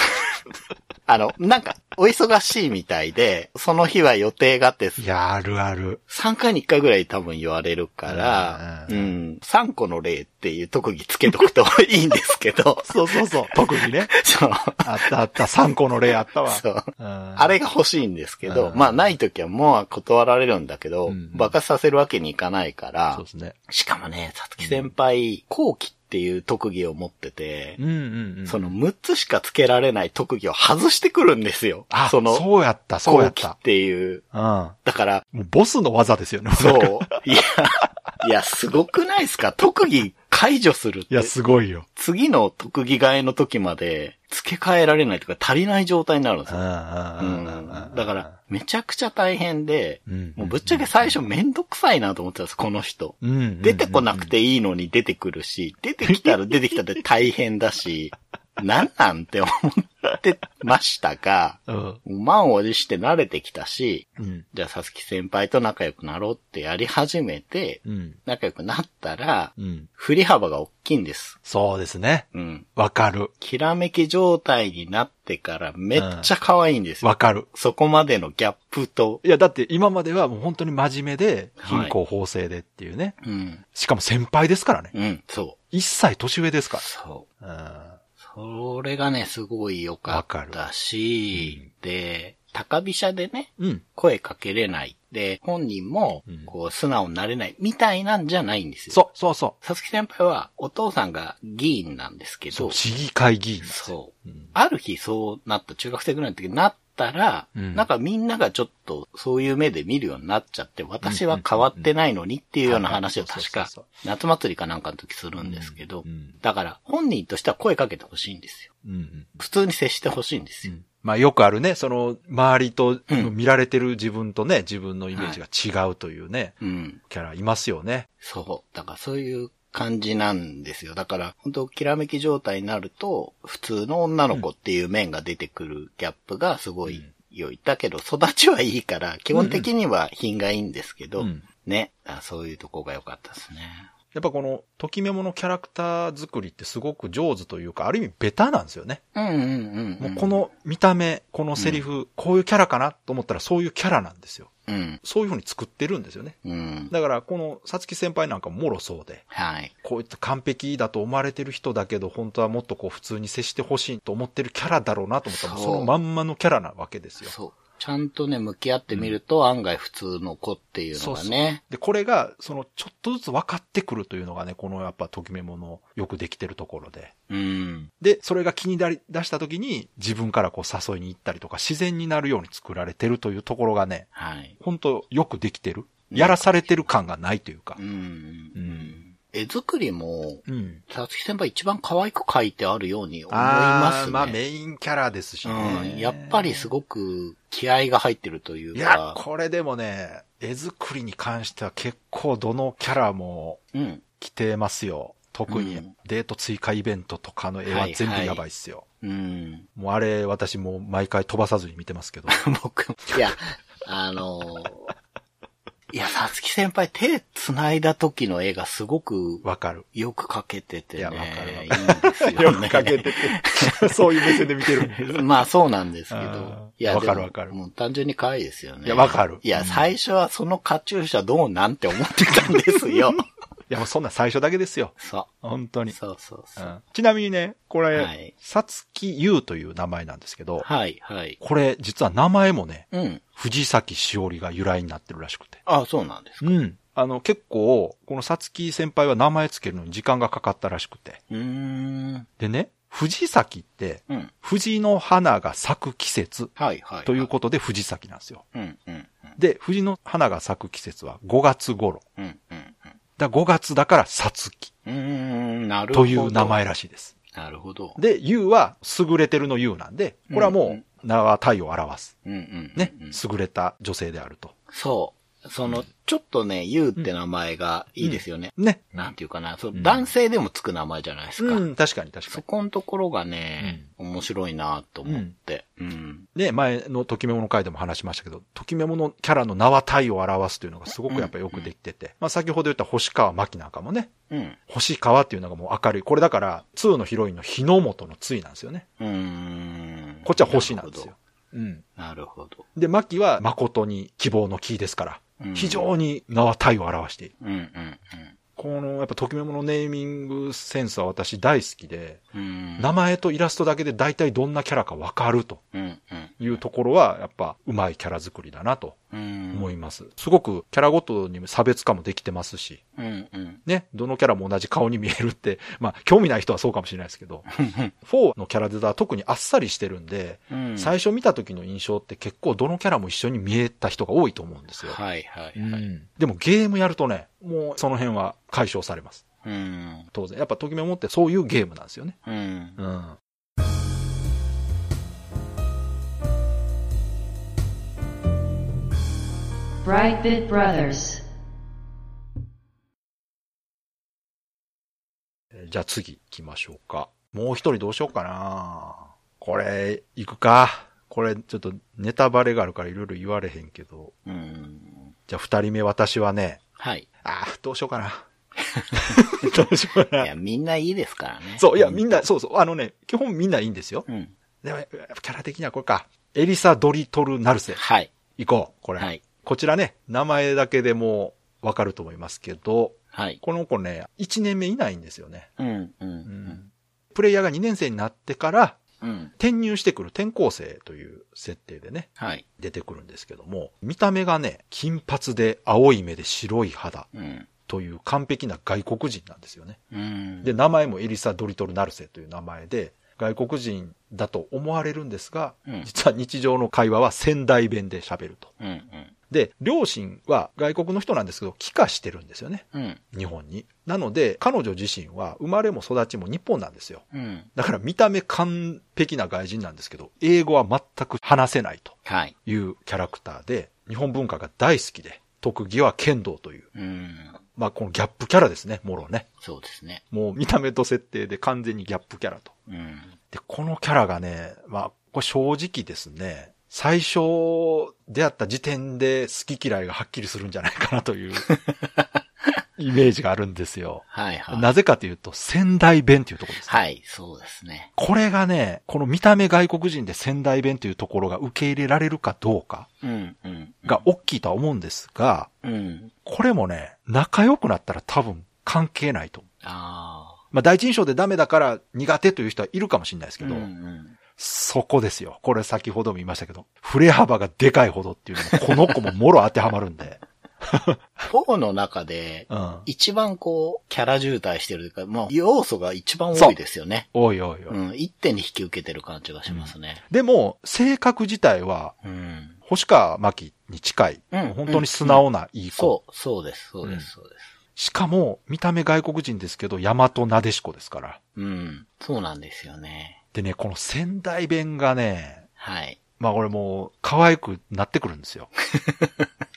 [SPEAKER 3] あの、なんか、お忙しいみたいで、その日は予定があって、
[SPEAKER 2] いや、あるある。
[SPEAKER 3] 3回に1回ぐらい多分言われるから、
[SPEAKER 2] う
[SPEAKER 3] うんん、3個の例っていう特技つけとくといいんです けど、
[SPEAKER 2] そうそうそう。特にね。
[SPEAKER 3] そう、
[SPEAKER 2] あったあった。3個の例あったわ。
[SPEAKER 3] そう。
[SPEAKER 2] あ
[SPEAKER 3] あれが欲しいんですけど、
[SPEAKER 2] うん
[SPEAKER 3] まあない時はもう断られるんだけど、
[SPEAKER 2] うん
[SPEAKER 3] 爆発させるわけにいかないか
[SPEAKER 2] そ
[SPEAKER 3] ら
[SPEAKER 2] うで、すね。
[SPEAKER 3] しかもね、さつき先輩、後期っていう特技を持ってて
[SPEAKER 2] う、んうんうん。
[SPEAKER 3] その6つしかつけられない特技を外してくるんですよ。
[SPEAKER 2] あ、
[SPEAKER 3] その、
[SPEAKER 2] そうやった、そうや
[SPEAKER 3] 後
[SPEAKER 2] っ。
[SPEAKER 3] 期ったていう。
[SPEAKER 2] うん。も
[SPEAKER 3] だから、
[SPEAKER 2] うボスの技ですよね。
[SPEAKER 3] そ
[SPEAKER 2] なんか
[SPEAKER 3] う。いや、いや、すごくないですか特技解除するっ
[SPEAKER 2] い
[SPEAKER 3] て
[SPEAKER 2] や、。すごいよ。
[SPEAKER 3] 次の特技替えの時まで、付け替えられないとか足りない状態になるんです
[SPEAKER 2] うん
[SPEAKER 3] よ。
[SPEAKER 2] う
[SPEAKER 3] う
[SPEAKER 2] んうんうん
[SPEAKER 3] ん。だから、、めちゃくちゃ大変で、
[SPEAKER 2] うん
[SPEAKER 3] もうぶっちゃけ最初めんどくさいなと思ってたんです、この人。
[SPEAKER 2] うん。
[SPEAKER 3] 出てこなく
[SPEAKER 2] て。
[SPEAKER 3] ていいのに出てくるし、出てきたら出てきたで大変だし、 なんなんて思ってましたが、
[SPEAKER 2] うん。
[SPEAKER 3] 満を持して慣れてきたし、
[SPEAKER 2] うん。
[SPEAKER 3] じゃあさつき先輩と仲良くなろうってやり始めて、
[SPEAKER 2] うん。
[SPEAKER 3] 仲良くなったら、
[SPEAKER 2] うん。
[SPEAKER 3] 振り幅が大きいんです。
[SPEAKER 2] そうですね。
[SPEAKER 3] うん。
[SPEAKER 2] わかる。
[SPEAKER 3] きらめき状態になってからめっちゃ可愛いんですよ。
[SPEAKER 2] わかる。
[SPEAKER 3] そこまでのギャップと、
[SPEAKER 2] いや、だって今まではもう本当に真面目で、
[SPEAKER 3] はい
[SPEAKER 2] 貧困法制でっていうね。
[SPEAKER 3] うん。
[SPEAKER 2] しかも先輩ですからね。
[SPEAKER 3] うん、そう。
[SPEAKER 2] 一歳年上ですか
[SPEAKER 3] そう。
[SPEAKER 2] ら。
[SPEAKER 3] それがね、すごい良かったし、で、高飛車でね、
[SPEAKER 2] うん。
[SPEAKER 3] 声かけれない。で、本人も
[SPEAKER 2] うん、
[SPEAKER 3] こう、素直になれないみたいなんじゃないんですよ。
[SPEAKER 2] そう、そうそう。
[SPEAKER 3] 佐々木先輩は、お父さんが議員なんですけ
[SPEAKER 2] そ
[SPEAKER 3] ど
[SPEAKER 2] う、、市議会議員。
[SPEAKER 3] そう。
[SPEAKER 2] うん
[SPEAKER 3] ある日そうなった、中学生ぐらいの時になったら、
[SPEAKER 2] うん
[SPEAKER 3] なんかみんながちょっとそういう目で見るようになっちゃって、私は変わってないのにっていうような話を確
[SPEAKER 2] うんうんうん
[SPEAKER 3] か
[SPEAKER 2] そうそう、
[SPEAKER 3] 夏祭りかなんかの時するんですけど
[SPEAKER 2] う、ん。
[SPEAKER 3] だから本人としては声かけてほしいんですよ。
[SPEAKER 2] うんうん。
[SPEAKER 3] 普通に接してほしいんです
[SPEAKER 2] う
[SPEAKER 3] よ。
[SPEAKER 2] んまあよくあるね、その、周りと、
[SPEAKER 3] うん
[SPEAKER 2] 見られてる自分とね、自分のイメージが違うというね、
[SPEAKER 3] うん。
[SPEAKER 2] キャラいますよね。
[SPEAKER 3] そう。だからそういう感じなんですよ。だから本当きらめき状態になると、普通の女の子っていう面が出てくるギャップがすごい良い。だけど育ちはいいから、基本的には品がいいんですけど、
[SPEAKER 2] うん
[SPEAKER 3] ね。あそういうとこが良かったですね。
[SPEAKER 2] やっぱこの、ときめものキャラクター作りってすごく上手というか、ある意味ベタなんですよね。
[SPEAKER 3] うんうんうん、
[SPEAKER 2] もうこ、の見た目、このセリフ、こういうキャラかなと思ったらそういうキャラなんですよ。
[SPEAKER 3] うん。
[SPEAKER 2] そういうふうに作ってるんですよね。
[SPEAKER 3] うん。
[SPEAKER 2] だからこの、さつき先輩なんかももろそうで、
[SPEAKER 3] はい。
[SPEAKER 2] こういった完璧だと思われてる人だけど、本当はもっとこう普通に接してほしいと思ってるキャラだろうなと思ったら、
[SPEAKER 3] そう
[SPEAKER 2] そのまんまのキャラなわけですよ。
[SPEAKER 3] そう。ちゃんとね、向き合ってみると案外普通の子っていうのがね。
[SPEAKER 2] で、これが、その、ちょっとずつ分かってくるというのがね、このやっぱ、ときめもの、よくできてるところで。
[SPEAKER 3] うん。
[SPEAKER 2] で、それが気になり出した時に、自分からこう誘いに行ったりとか、自然になるように作られてるというところがね、
[SPEAKER 3] はい。
[SPEAKER 2] 本当よくできてる。
[SPEAKER 3] うん
[SPEAKER 2] やらされてる感がないというか
[SPEAKER 3] う。ん。
[SPEAKER 2] うん。
[SPEAKER 3] 絵作りも、
[SPEAKER 2] うん。
[SPEAKER 3] さつき先輩一番可愛く描いてあるように思いま
[SPEAKER 2] あ
[SPEAKER 3] す
[SPEAKER 2] ー
[SPEAKER 3] ね。
[SPEAKER 2] まあメインキャラですしね。
[SPEAKER 3] うん。やっぱりすごく気合が入ってるという
[SPEAKER 2] いや、
[SPEAKER 3] か、
[SPEAKER 2] これでもね、絵作りに関しては結構どのキャラも
[SPEAKER 3] うん。
[SPEAKER 2] 来てますよ。特
[SPEAKER 3] う
[SPEAKER 2] に
[SPEAKER 3] ん
[SPEAKER 2] デート追加イベントとかの絵は全部やばいっすよ。
[SPEAKER 3] うん。
[SPEAKER 2] もうあれ、私もう毎回飛ばさずに見てます けど。
[SPEAKER 3] 僕も、いや、あのーいや、さつき先輩手繋いだ時の絵がすごく
[SPEAKER 2] わかる。
[SPEAKER 3] よく描けてて
[SPEAKER 2] い
[SPEAKER 3] ね。
[SPEAKER 2] やわかるわ
[SPEAKER 3] いいんですよ、ね。
[SPEAKER 2] よくかけてて。 そう いう目線で見てる。
[SPEAKER 3] まあそうなんですけ
[SPEAKER 2] あ
[SPEAKER 3] ど。
[SPEAKER 2] ー
[SPEAKER 3] いや、
[SPEAKER 2] わかる
[SPEAKER 3] でも
[SPEAKER 2] わかる
[SPEAKER 3] もう単純に可愛いですよね。
[SPEAKER 2] いやわかる
[SPEAKER 3] いや、最初はそのカチューシャどうなんて思ってたんで すよ。
[SPEAKER 2] いや、もうそんなん最初だけですよ。
[SPEAKER 3] そ
[SPEAKER 2] 本当
[SPEAKER 3] う。
[SPEAKER 2] に。
[SPEAKER 3] そうそうそうう。
[SPEAKER 2] んちなみにね、こ
[SPEAKER 3] は
[SPEAKER 2] れ
[SPEAKER 3] い、
[SPEAKER 2] さつきゆうという名前なんですけど、
[SPEAKER 3] はい、はい。
[SPEAKER 2] これ実は名前もね、
[SPEAKER 3] うん。
[SPEAKER 2] 藤崎しおりが由来になってるらしくて。
[SPEAKER 3] あそうなんですか。
[SPEAKER 2] うん。あの、結構、このさつき先輩は名前つけるのに時間がかかったらしくて。
[SPEAKER 3] うーん。
[SPEAKER 2] でね、藤崎って、
[SPEAKER 3] うん。
[SPEAKER 2] 藤の花が咲く季節
[SPEAKER 3] はい、はい。
[SPEAKER 2] ということで藤崎なんですよ。
[SPEAKER 3] と。うん、うん、
[SPEAKER 2] で、藤の花が咲く季節は5月頃。
[SPEAKER 3] うん、うん、うん。
[SPEAKER 2] だ5月だからさつき
[SPEAKER 3] うーん、なるほ
[SPEAKER 2] と
[SPEAKER 3] ど。
[SPEAKER 2] いう名。前らしいです。
[SPEAKER 3] なるほど。
[SPEAKER 2] で、優は優れてるの優なんで、これは
[SPEAKER 3] うんう
[SPEAKER 2] も
[SPEAKER 3] ん
[SPEAKER 2] う名は体を表す。
[SPEAKER 3] うんうん。
[SPEAKER 2] ね、
[SPEAKER 3] うん
[SPEAKER 2] 優れた女性であると。
[SPEAKER 3] そう。その、ちょっとね、ゆうって名前がいいですよね。
[SPEAKER 2] ね。
[SPEAKER 3] なんていうかな、そう
[SPEAKER 2] うん
[SPEAKER 3] 男性でもつく名前じゃないですか。
[SPEAKER 2] うん、確かに確か
[SPEAKER 3] そ
[SPEAKER 2] に。
[SPEAKER 3] このところがね、面白いなと思って。うん。
[SPEAKER 2] ね、前のときめもの回でも話しましたけど、ときめものキャラの名は体を表すというのがすごくやっぱよくできてて、まあ先ほど言った星川真希なんかもね、
[SPEAKER 3] うん。
[SPEAKER 2] 星川っていうのがもう明るい。これだから、2のヒロインの日の本のついなんですよね。
[SPEAKER 3] うーん。
[SPEAKER 2] こっちは星なんですよ。うん。
[SPEAKER 3] なるほど。
[SPEAKER 2] で、マキは誠に希望のキーですから、
[SPEAKER 3] うん
[SPEAKER 2] 非常に名は体を表している。
[SPEAKER 3] なるほど。うん
[SPEAKER 2] この、やっぱ、ときめものネーミングセンスは私大好きで、
[SPEAKER 3] うんうん。うん。
[SPEAKER 2] 名前とイラストだけで大体どんなキャラかわかると
[SPEAKER 3] うんうん。
[SPEAKER 2] いうところは、やっぱ、うまいキャラ作りだなと
[SPEAKER 3] うん。
[SPEAKER 2] 思います。すごく、キャラごとに差別化もできてますし、
[SPEAKER 3] うんうん。
[SPEAKER 2] ね、どのキャラも同じ顔に見えるって、まあ、興味ない人はそうかもしれないですけど、4のキャラデザは特にあっさりしてるんで、
[SPEAKER 3] うん。
[SPEAKER 2] 最初見た時の印象って結構どのキャラも一緒に見えた人が多いと思うんですよ。
[SPEAKER 3] はいは
[SPEAKER 2] う
[SPEAKER 3] いはい。
[SPEAKER 2] んでもゲームやるとね、もうその辺は解消されます。
[SPEAKER 3] うん。
[SPEAKER 2] 当然。やっぱときめもってそういうゲームなんですよね。
[SPEAKER 3] うん。
[SPEAKER 2] うん。
[SPEAKER 1] Brightbit Brothers.
[SPEAKER 2] じゃあ次行きましょうか。もう一人どうしようかなこれ、行くか。これちょっとネタバレがあるからいろいろ言われへんけど。
[SPEAKER 3] うん。
[SPEAKER 2] じゃあ二人目私はね、
[SPEAKER 3] はい。
[SPEAKER 2] あーどうしようかな。 どうしよう
[SPEAKER 3] い
[SPEAKER 2] かな。
[SPEAKER 3] や、みんないいですからね。
[SPEAKER 2] そう、いや、みんな、そうそう、あのね、基本みんないいんですよ。
[SPEAKER 3] うん。
[SPEAKER 2] でも、やっぱキャラ的にはこれか。エリサ・ドリトル・ナルセ。
[SPEAKER 3] はい。
[SPEAKER 2] 行こう、これ。
[SPEAKER 3] はい。
[SPEAKER 2] こちらね、名前だけでもうわかると思いますけど、
[SPEAKER 3] はい。
[SPEAKER 2] この子ね、1年目いないんですよね。
[SPEAKER 3] うん。うん。う。
[SPEAKER 2] うんんプレイヤーが2年生になってから、
[SPEAKER 3] うん。
[SPEAKER 2] 転入してくる転校生という設定でね、
[SPEAKER 3] はい。
[SPEAKER 2] 出てくるんですけども、見た目がね、金髪で青い目で白い肌
[SPEAKER 3] うん。
[SPEAKER 2] という完璧な外国人なんですよね。
[SPEAKER 3] うん。
[SPEAKER 2] で、名前もエリサ・ドリトル・ナルセという名前で、外国人だと思われるんですが、
[SPEAKER 3] うん
[SPEAKER 2] 実は日常の会話は仙台弁で喋ると。
[SPEAKER 3] うん。うん。
[SPEAKER 2] で、両親は外国の人なんですけど、帰化してるんですよね。
[SPEAKER 3] うん。
[SPEAKER 2] 日本に。なので、彼女自身は生まれも育ちも日本なんですよ。
[SPEAKER 3] うん。
[SPEAKER 2] だから見た目完璧な外人なんですけど、英語は全く話せないと
[SPEAKER 3] はい。
[SPEAKER 2] いうキャラクターで、日本文化が大好きで、特技は剣道という、
[SPEAKER 3] うん。
[SPEAKER 2] まあこのギャップキャラですね、もろね。
[SPEAKER 3] そうですね。
[SPEAKER 2] もう見た目と設定で完全にギャップキャラと。
[SPEAKER 3] うん。
[SPEAKER 2] で、このキャラがね、まあ、これ正直ですね、最初出会った時点で好き嫌いがはっきりするんじゃないかなと いうイメージがあるんですよ。
[SPEAKER 3] はいはい。
[SPEAKER 2] なぜかというと、仙台弁というところですね。
[SPEAKER 3] はい、そうですね。
[SPEAKER 2] これがね、この見た目外国人で仙台弁というところが受け入れられるかどうか
[SPEAKER 3] うん。うん。
[SPEAKER 2] が大きいとは思うんですが、
[SPEAKER 3] うん。
[SPEAKER 2] これもね、仲良くなったら多分関係ないと思う。
[SPEAKER 3] ああ。
[SPEAKER 2] まあ第一印象でダメだから苦手という人はいるかもしれないですけ
[SPEAKER 3] うん
[SPEAKER 2] ど、
[SPEAKER 3] うん。
[SPEAKER 2] そこですよ。これ先ほども言いましたけど、触れ幅がでかいほどっていうのも、この子ももろ当てはまるん で。
[SPEAKER 3] 4の中で、
[SPEAKER 2] うん。
[SPEAKER 3] 一番こう、キャラ渋滞してるというか、まあ、要素が一番多いですよね。
[SPEAKER 2] おいおいおい。
[SPEAKER 3] うん。一点に引き受けてる感じがしますね。
[SPEAKER 2] でも、性格自体は、
[SPEAKER 3] うん。
[SPEAKER 2] 星川真希に近い。
[SPEAKER 3] うん
[SPEAKER 2] 本当に素直ないい子。
[SPEAKER 3] そう、そうです、そうです、そうです。
[SPEAKER 2] しかも、見た目外国人ですけど、大和なでしこですから。
[SPEAKER 3] うん。そうなんですよね。
[SPEAKER 2] でね、この仙台弁がね、
[SPEAKER 3] はい。
[SPEAKER 2] まあ俺もう、可愛くなってくるん ですよ。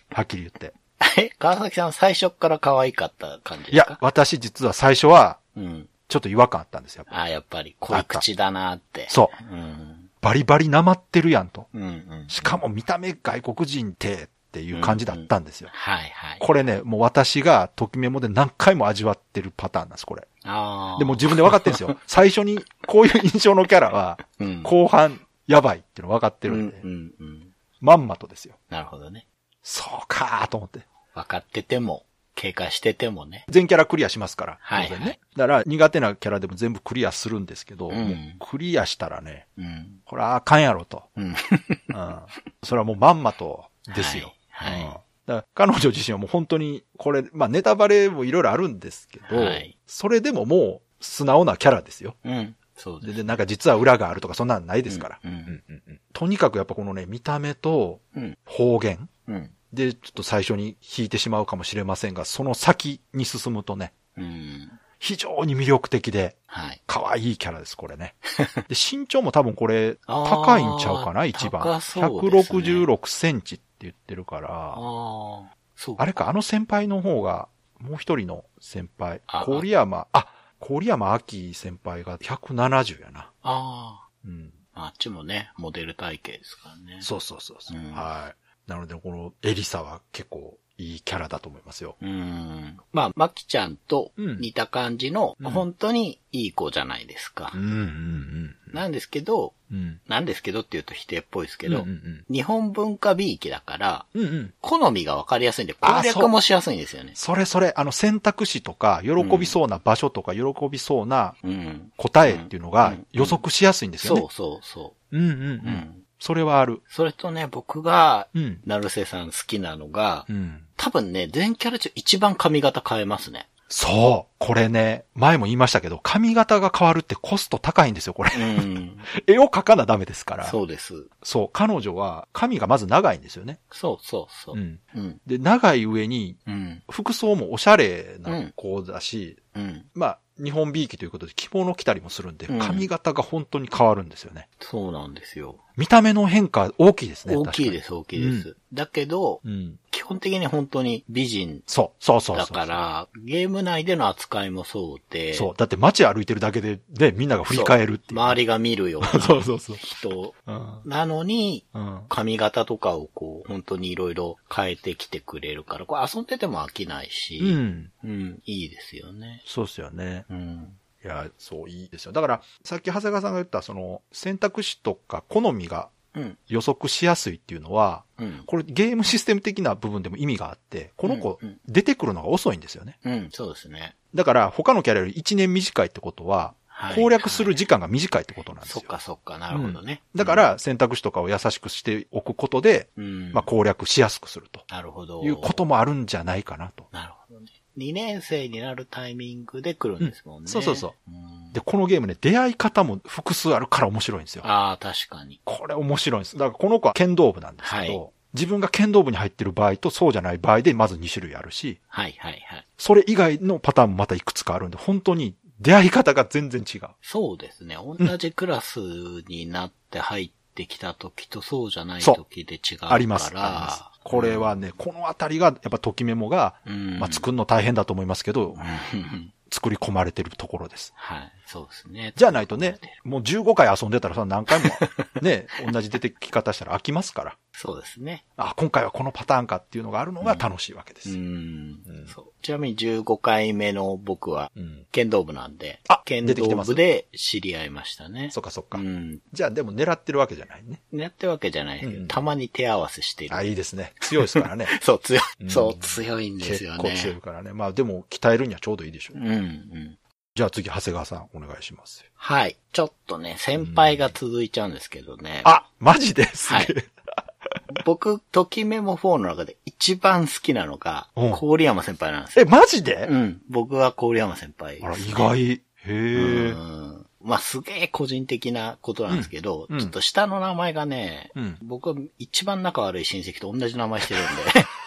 [SPEAKER 2] はっきり言って。
[SPEAKER 3] え、川崎さん最初っから可愛かった感
[SPEAKER 2] い
[SPEAKER 3] じですか
[SPEAKER 2] や、私実は最初は、
[SPEAKER 3] うん。
[SPEAKER 2] ちょっと違和感あったんですよ。
[SPEAKER 3] あやっぱり濃口だなって。。
[SPEAKER 2] そう
[SPEAKER 3] うん。
[SPEAKER 2] バリバリなまってるやんと。
[SPEAKER 3] うんうん。
[SPEAKER 2] しかも見た目外国人ってっていう感じだったんですよ。
[SPEAKER 3] はいはい。
[SPEAKER 2] これね、もう私がときメモで何回も味わってるパターンなんです、これ。
[SPEAKER 3] ああ。
[SPEAKER 2] でもう、自分で分かってるんです よ。最初にこういう印象のキャラは、
[SPEAKER 3] うん。
[SPEAKER 2] 後半やばいっていうの分かって
[SPEAKER 3] う
[SPEAKER 2] る
[SPEAKER 3] ん
[SPEAKER 2] んで、
[SPEAKER 3] うんうん。
[SPEAKER 2] まんまとですよ。
[SPEAKER 3] なるほどね。
[SPEAKER 2] そうかーと思って。
[SPEAKER 3] 分かってても、警戒しててもね。
[SPEAKER 2] 全キャラクリアしますから。
[SPEAKER 3] はい
[SPEAKER 2] 当然ね。だから苦手なキャラでも全部クリアするんですけど、
[SPEAKER 3] うん
[SPEAKER 2] もうクリアしたらね、
[SPEAKER 3] うん。
[SPEAKER 2] これはあかんやろと。
[SPEAKER 3] うん。
[SPEAKER 2] うん。それはもうまんまとですよ。
[SPEAKER 3] はいはい
[SPEAKER 2] うんだから彼女自身はもう本当に、これ、まあネタバレもいろいろあるんですけど、
[SPEAKER 3] はい
[SPEAKER 2] それでももう素直なキャラですよ。
[SPEAKER 3] うん。そうです。
[SPEAKER 2] で、でなんか実は裏があるとかそんなのないですから。
[SPEAKER 3] うんうん
[SPEAKER 2] うんうんうんとにかくやっぱこのね、見た目と
[SPEAKER 3] うん。
[SPEAKER 2] 方言
[SPEAKER 3] うん。
[SPEAKER 2] でちょっと最初に引いてしまうかもしれませんが、その先に進むとね、
[SPEAKER 3] うん。
[SPEAKER 2] 非常に魅力的で、
[SPEAKER 3] はい。
[SPEAKER 2] 可愛いキャラです、これ ね。で、身長も多分これ、
[SPEAKER 3] あー
[SPEAKER 2] 高いんちゃうかな、一番。
[SPEAKER 3] 高そうですね
[SPEAKER 2] 166センチって言ってるから。
[SPEAKER 3] ああ。そう。
[SPEAKER 2] あれか、あの先輩の方が、もう一人の先輩
[SPEAKER 3] あ、
[SPEAKER 2] 郡山、あ、郡山明先輩が170やな。
[SPEAKER 3] あ
[SPEAKER 2] うん。
[SPEAKER 3] あ。あっちもね、モデル体型ですからね。
[SPEAKER 2] そうそうそうそう、
[SPEAKER 3] うん
[SPEAKER 2] はい。なので、このエリサは結構いいキャラだと思いますよ。
[SPEAKER 3] うん。まあ、まきちゃんと
[SPEAKER 2] うん
[SPEAKER 3] 似た感じの、
[SPEAKER 2] うん
[SPEAKER 3] 本当にいい子じゃないですか。
[SPEAKER 2] うんうん
[SPEAKER 3] なんですけど、
[SPEAKER 2] うん。うん。
[SPEAKER 3] なんですけどって言うと否定っぽいですけ
[SPEAKER 2] け
[SPEAKER 3] ど、
[SPEAKER 2] うんうん
[SPEAKER 3] 日本文化びいきだから、
[SPEAKER 2] うん。うんうん。
[SPEAKER 3] 好みがわかりやすいんで、
[SPEAKER 2] あ
[SPEAKER 3] 攻略もしやすいんですよね。
[SPEAKER 2] それそれ、あの選択肢とか、喜びそうな場所とか、喜びそうな
[SPEAKER 3] うん。
[SPEAKER 2] 答えっていうの
[SPEAKER 3] う
[SPEAKER 2] が
[SPEAKER 3] ん
[SPEAKER 2] 予測しやすいんですよね。
[SPEAKER 3] そうそうそ
[SPEAKER 2] うんうんう。
[SPEAKER 3] う。うんん。
[SPEAKER 2] それはある。
[SPEAKER 3] それとね、僕が、
[SPEAKER 2] うん。
[SPEAKER 3] 成瀬さん好きなのが、
[SPEAKER 2] うん。
[SPEAKER 3] 多分ね、全キャラ中一番髪型変えますね。
[SPEAKER 2] そう。これね、前も言いましたけど、髪型が変わるってコスト高いんですよ、これ。
[SPEAKER 3] うん。
[SPEAKER 2] 絵を描かなダメですから。そう。
[SPEAKER 3] そうです。
[SPEAKER 2] 彼女は髪がまず長いんですよね。
[SPEAKER 3] そうそうそうう。
[SPEAKER 2] ん。
[SPEAKER 3] うん。
[SPEAKER 2] で、長い上に、
[SPEAKER 3] うん。
[SPEAKER 2] 服装もおしゃれな子だし、
[SPEAKER 3] うん。
[SPEAKER 2] まあ、日本美意気ということで着物着たりもするんで
[SPEAKER 3] うん、
[SPEAKER 2] 髪型が本当に変わるんですよね。
[SPEAKER 3] そうなんですよ。
[SPEAKER 2] 見た目の変化大きいですね。。
[SPEAKER 3] 大きいですす、大きいです。だけど、
[SPEAKER 2] うん。
[SPEAKER 3] 基本的に本当に美人
[SPEAKER 2] そう、そうそうそう
[SPEAKER 3] だから、ゲーム内での扱いもそうで、
[SPEAKER 2] そう。だって街歩いてるだけで、ね、みんなが振り返るっていう。
[SPEAKER 3] 周りが見るような
[SPEAKER 2] そうそうそう。
[SPEAKER 3] 人
[SPEAKER 2] うん。
[SPEAKER 3] なのに、
[SPEAKER 2] うん。
[SPEAKER 3] 髪型とかをこう、本当にいろいろ変えてきてくれるから、これ遊んでても飽きないし、
[SPEAKER 2] うん。
[SPEAKER 3] うん、いいですよね。
[SPEAKER 2] そうですよね。
[SPEAKER 3] うん。
[SPEAKER 2] いや、そう、いいですよ。だから、さっき長谷川さんが言った、その、選択肢とか好みが
[SPEAKER 3] うん。
[SPEAKER 2] 予測しやすいっていうのは、
[SPEAKER 3] うん。
[SPEAKER 2] これゲームシステム的な部分でも意味があって、この子
[SPEAKER 3] うんうん、
[SPEAKER 2] 出てくるのが遅いんですよね。
[SPEAKER 3] うん、そうですね。
[SPEAKER 2] だから、他のキャラより1年短いってことは、
[SPEAKER 3] はい
[SPEAKER 2] 攻略する時間が短いってことなんです
[SPEAKER 3] そ
[SPEAKER 2] よ。
[SPEAKER 3] っかそっか、なるほどね。
[SPEAKER 2] だから選択肢とかを優しくしておくことで、
[SPEAKER 3] うん、
[SPEAKER 2] まあ攻略しやすくすると
[SPEAKER 3] なるほど。
[SPEAKER 2] いうこともあるんじゃないかなと。
[SPEAKER 3] なるほどね。2年生になるタイミングで来るんですもんね。
[SPEAKER 2] うんそうそうそ
[SPEAKER 3] うん
[SPEAKER 2] で、このゲームね、出会い方も複数あるから面白いんですよ。
[SPEAKER 3] ああ、確かに。
[SPEAKER 2] これ面白いんです。だからこの子は剣道部なんですけど、
[SPEAKER 3] は
[SPEAKER 2] 自分が剣道部に入ってる場合とそうじゃない場合でまず2種類あるし、
[SPEAKER 3] はいはいはい。
[SPEAKER 2] それ以外のパターンもまたいくつかあるんで、本当に出会い方が全然違う。
[SPEAKER 3] そうですね。同じクラスになって入ってきた時とそうじゃない
[SPEAKER 2] そう
[SPEAKER 3] 時で違うから。
[SPEAKER 2] あります。あります。これはね、このあたりがやっぱときメモが、
[SPEAKER 3] うん、
[SPEAKER 2] まあ、作るの大変だと思いますけど、
[SPEAKER 3] うん
[SPEAKER 2] 作り込まれてるところです。
[SPEAKER 3] はい。そうですね。
[SPEAKER 2] じゃないとね、もう15回遊んでたらさ、何回も ね、同じ出てき方したら飽きますから。
[SPEAKER 3] そうですね。
[SPEAKER 2] あ、今回はこのパターンかっていうのがあるのが楽しいわけで
[SPEAKER 3] う
[SPEAKER 2] す。
[SPEAKER 3] ん
[SPEAKER 2] うん
[SPEAKER 3] そうちなみに15回目の僕は、
[SPEAKER 2] うん
[SPEAKER 3] 剣道部なんで、
[SPEAKER 2] あ
[SPEAKER 3] 剣
[SPEAKER 2] 出てきて
[SPEAKER 3] 道
[SPEAKER 2] ます
[SPEAKER 3] 部で知り合いましたね。
[SPEAKER 2] そっかそっか。
[SPEAKER 3] うん。
[SPEAKER 2] じゃあでも狙ってるわけじゃないね。
[SPEAKER 3] やってわけじゃないですけど、
[SPEAKER 2] うん
[SPEAKER 3] たまに手合わせしてる
[SPEAKER 2] あ、。いいですね。強いですからね。
[SPEAKER 3] そう、強
[SPEAKER 2] うん
[SPEAKER 3] い。そう、強 いんです
[SPEAKER 2] 結
[SPEAKER 3] よ
[SPEAKER 2] 構強い
[SPEAKER 3] ね。
[SPEAKER 2] からね。まあでも鍛えるにはちょうどいいでしょう。
[SPEAKER 3] うん、うん。
[SPEAKER 2] じゃあ次、長谷川さんお願いします。
[SPEAKER 3] はい。ちょっとね、先輩が続いちゃうんですけどね。
[SPEAKER 2] あ、マジです
[SPEAKER 3] はい
[SPEAKER 2] げえ
[SPEAKER 3] 僕、ときメモ4の中で一番好きなのが、
[SPEAKER 2] うん
[SPEAKER 3] 郡山先輩なんですよ。
[SPEAKER 2] え、マジで
[SPEAKER 3] うん。僕は郡山先輩
[SPEAKER 2] あら、
[SPEAKER 3] です
[SPEAKER 2] 意
[SPEAKER 3] ね、
[SPEAKER 2] 外。へ
[SPEAKER 3] う
[SPEAKER 2] え。
[SPEAKER 3] ん。まあ、すげえ個人的なことなんですけど、
[SPEAKER 2] うんうん
[SPEAKER 3] ちょっと下の名前がね、
[SPEAKER 2] うん。
[SPEAKER 3] 僕は一番仲悪い親戚と同じ名前してるん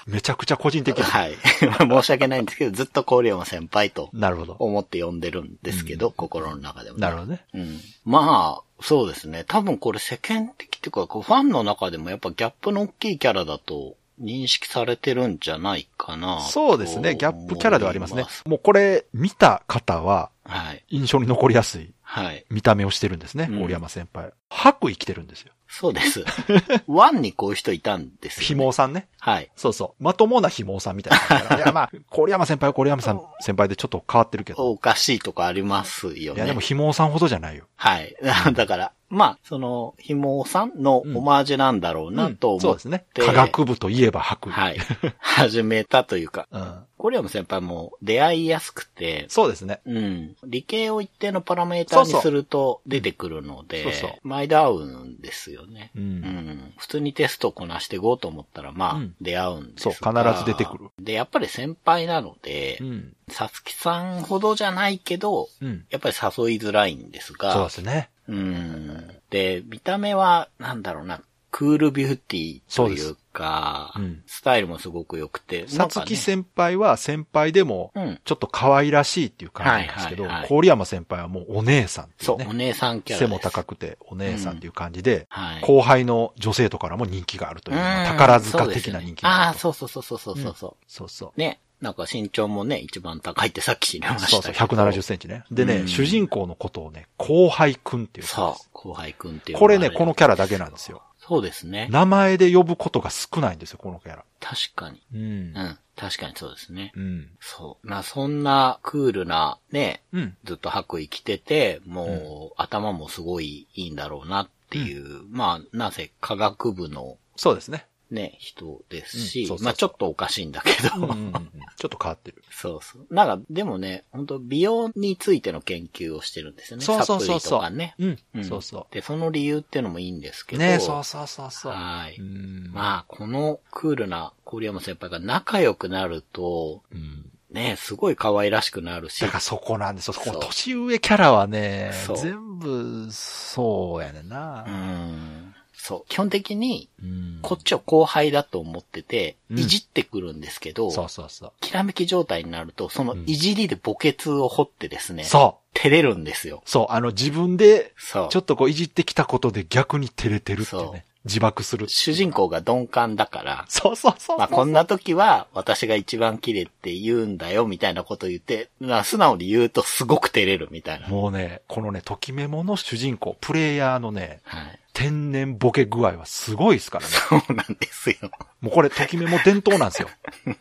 [SPEAKER 2] めちゃくちゃ個人 的
[SPEAKER 3] で、。はい。 申し訳ないんですけど、ずっと郡山先輩と
[SPEAKER 2] なるほど。
[SPEAKER 3] 思って呼んでるんですけど、心の中でもね、
[SPEAKER 2] なるほどね。
[SPEAKER 3] うんまあ、そうですね。多分これ世間的っていうか、こうファンの中でもやっぱギャップの大きいキャラだと認識されてるんじゃないかな。
[SPEAKER 2] そうですね。ギャップキャラではありますね
[SPEAKER 3] と思い。
[SPEAKER 2] もうこれ、見た方は、
[SPEAKER 3] はい。
[SPEAKER 2] 印象に残りやすい
[SPEAKER 3] はい。
[SPEAKER 2] 見た目をしてるんですね。
[SPEAKER 3] うん
[SPEAKER 2] 郡山先輩。白衣着てるんですよ。
[SPEAKER 3] そうです。 ワンにこういう人いたんですよ、ね。
[SPEAKER 2] ひもさんね。
[SPEAKER 3] はい。
[SPEAKER 2] そうそう。まともなひもさんみたいな のから。いや、まあ、郡山先輩は郡山さん先輩でちょっと変わってるけど。
[SPEAKER 3] おかしいとかありますよ
[SPEAKER 2] い
[SPEAKER 3] ね。
[SPEAKER 2] や、でもひもさんほどじゃないよ。
[SPEAKER 3] はい。 だから、まあ、その、ひもさんのオマージュなんだろうなと
[SPEAKER 2] うんそ
[SPEAKER 3] 思
[SPEAKER 2] う
[SPEAKER 3] っ
[SPEAKER 2] です
[SPEAKER 3] て、
[SPEAKER 2] ね。科学部といえば白衣。
[SPEAKER 3] はい。始めたというか、
[SPEAKER 2] うん。
[SPEAKER 3] コリアム先輩も出会いやすくて、
[SPEAKER 2] そうですね。
[SPEAKER 3] うん。理系を一定のパラメーターに
[SPEAKER 2] そうそう
[SPEAKER 3] すると出てくるので、
[SPEAKER 2] そうそう
[SPEAKER 3] 毎度合うんですよね。
[SPEAKER 2] う。
[SPEAKER 3] うんん。普通にテストこなしていこうと思ったら、まあ、
[SPEAKER 2] うん
[SPEAKER 3] 出会うんです
[SPEAKER 2] そう
[SPEAKER 3] が
[SPEAKER 2] 必ず出てくる。
[SPEAKER 3] で、やっぱり先輩なので
[SPEAKER 2] う、ん。
[SPEAKER 3] さつきさんほどじゃないけど、
[SPEAKER 2] うん。
[SPEAKER 3] やっぱり誘いづらいんですが、
[SPEAKER 2] そうですね。
[SPEAKER 3] うん。で、見た目は、なんだろうな、クールビューティーというか、
[SPEAKER 2] そうですうん
[SPEAKER 3] スタイルもすごく良くて、
[SPEAKER 2] さつき先輩は先輩でも
[SPEAKER 3] なんかね、うん。
[SPEAKER 2] ちょっと可愛らしいっていう感じなんですけど
[SPEAKER 3] はいはいは、い
[SPEAKER 2] 郡山先輩はもうお姉さんってい
[SPEAKER 3] そうう、お
[SPEAKER 2] ね。
[SPEAKER 3] 姉さんキャラ
[SPEAKER 2] 背
[SPEAKER 3] です。
[SPEAKER 2] も高
[SPEAKER 3] く。
[SPEAKER 2] くてお姉さんっていう感じで、
[SPEAKER 3] はい。
[SPEAKER 2] 後輩の女性とからも人気があるという、まあ宝塚的な人気
[SPEAKER 3] あ
[SPEAKER 2] があ
[SPEAKER 3] あー、
[SPEAKER 2] ると。
[SPEAKER 3] そうそうそうそうそうそう。
[SPEAKER 2] そうそう。
[SPEAKER 3] ね。なんか身長もね、一番高いってさっき知りましたけ
[SPEAKER 2] そ
[SPEAKER 3] ど。
[SPEAKER 2] うそう、170センチね。でね、
[SPEAKER 3] うん
[SPEAKER 2] 主人公のことをね、後輩くんっていうんです
[SPEAKER 3] そう、後輩くんっていうのが
[SPEAKER 2] こ
[SPEAKER 3] あ
[SPEAKER 2] れね、
[SPEAKER 3] る。
[SPEAKER 2] このキャラだけなんですよ。
[SPEAKER 3] そうですね。
[SPEAKER 2] 名前で呼ぶことが少ないんですよ、このキャラ。
[SPEAKER 3] 確かに。
[SPEAKER 2] うん
[SPEAKER 3] う。ん。確かにそうですね。
[SPEAKER 2] うん。
[SPEAKER 3] そう。まあそんなクールな、ね、
[SPEAKER 2] うん。
[SPEAKER 3] ずっと白衣着てて、もう頭もすごいいいんだろうなっていう、まあなぜ科学部の
[SPEAKER 2] そうですね。
[SPEAKER 3] ね、人です
[SPEAKER 2] うん
[SPEAKER 3] し
[SPEAKER 2] そうそうそう、
[SPEAKER 3] まあちょっとおかしいんだけ
[SPEAKER 2] うんう
[SPEAKER 3] ど
[SPEAKER 2] んう、ん ちょっと変わってる。
[SPEAKER 3] そうそう。なんか、でもね、本当美容についての研究をしてるんですよね。
[SPEAKER 2] そうそうそう
[SPEAKER 3] サプリと
[SPEAKER 2] そ
[SPEAKER 3] か
[SPEAKER 2] う。
[SPEAKER 3] ね。
[SPEAKER 2] う。
[SPEAKER 3] うんん
[SPEAKER 2] そうそ
[SPEAKER 3] で、その理由っていうのもいいんです
[SPEAKER 2] う。
[SPEAKER 3] けど。
[SPEAKER 2] ねそうそうそうそう。。
[SPEAKER 3] はいう
[SPEAKER 2] ん。
[SPEAKER 3] まあ、このクールな郡山先輩が仲良くなると、
[SPEAKER 2] うん。
[SPEAKER 3] ね、すごい可愛らしくなるし
[SPEAKER 2] だか、らそこなんですよ。この
[SPEAKER 3] そう
[SPEAKER 2] 年上キャラはね
[SPEAKER 3] そう、
[SPEAKER 2] 全部、そうやねん
[SPEAKER 3] う
[SPEAKER 2] な。
[SPEAKER 3] ん。そう。基本的に、
[SPEAKER 2] うん
[SPEAKER 3] こっちを後輩だと思ってて、
[SPEAKER 2] うん
[SPEAKER 3] いじってくるんですけど、
[SPEAKER 2] そうそうそう。
[SPEAKER 3] きらめき状態になると、その
[SPEAKER 2] うん
[SPEAKER 3] いじりで墓穴を掘ってですね、
[SPEAKER 2] そう。
[SPEAKER 3] 照れるんですよ。
[SPEAKER 2] そう。あの、自分で
[SPEAKER 3] そう。
[SPEAKER 2] ちょっとこういじってきたことで逆に照れてるっていう
[SPEAKER 3] そう
[SPEAKER 2] ね。自爆する。
[SPEAKER 3] 主人公が鈍感だから、
[SPEAKER 2] そうそうそうそう。
[SPEAKER 3] まあこんな時は私が一番綺麗って言うんだよみたいなこと言って、まあ素直に言うとすごく照れるみたいな。
[SPEAKER 2] もうね、このね、ときメモの主人公、プレイヤーのね、
[SPEAKER 3] はい。
[SPEAKER 2] 天然ボケ具合はすごいですからね。
[SPEAKER 3] そうなんですよ。
[SPEAKER 2] もうこれ、ときメモ伝統なん ですよ。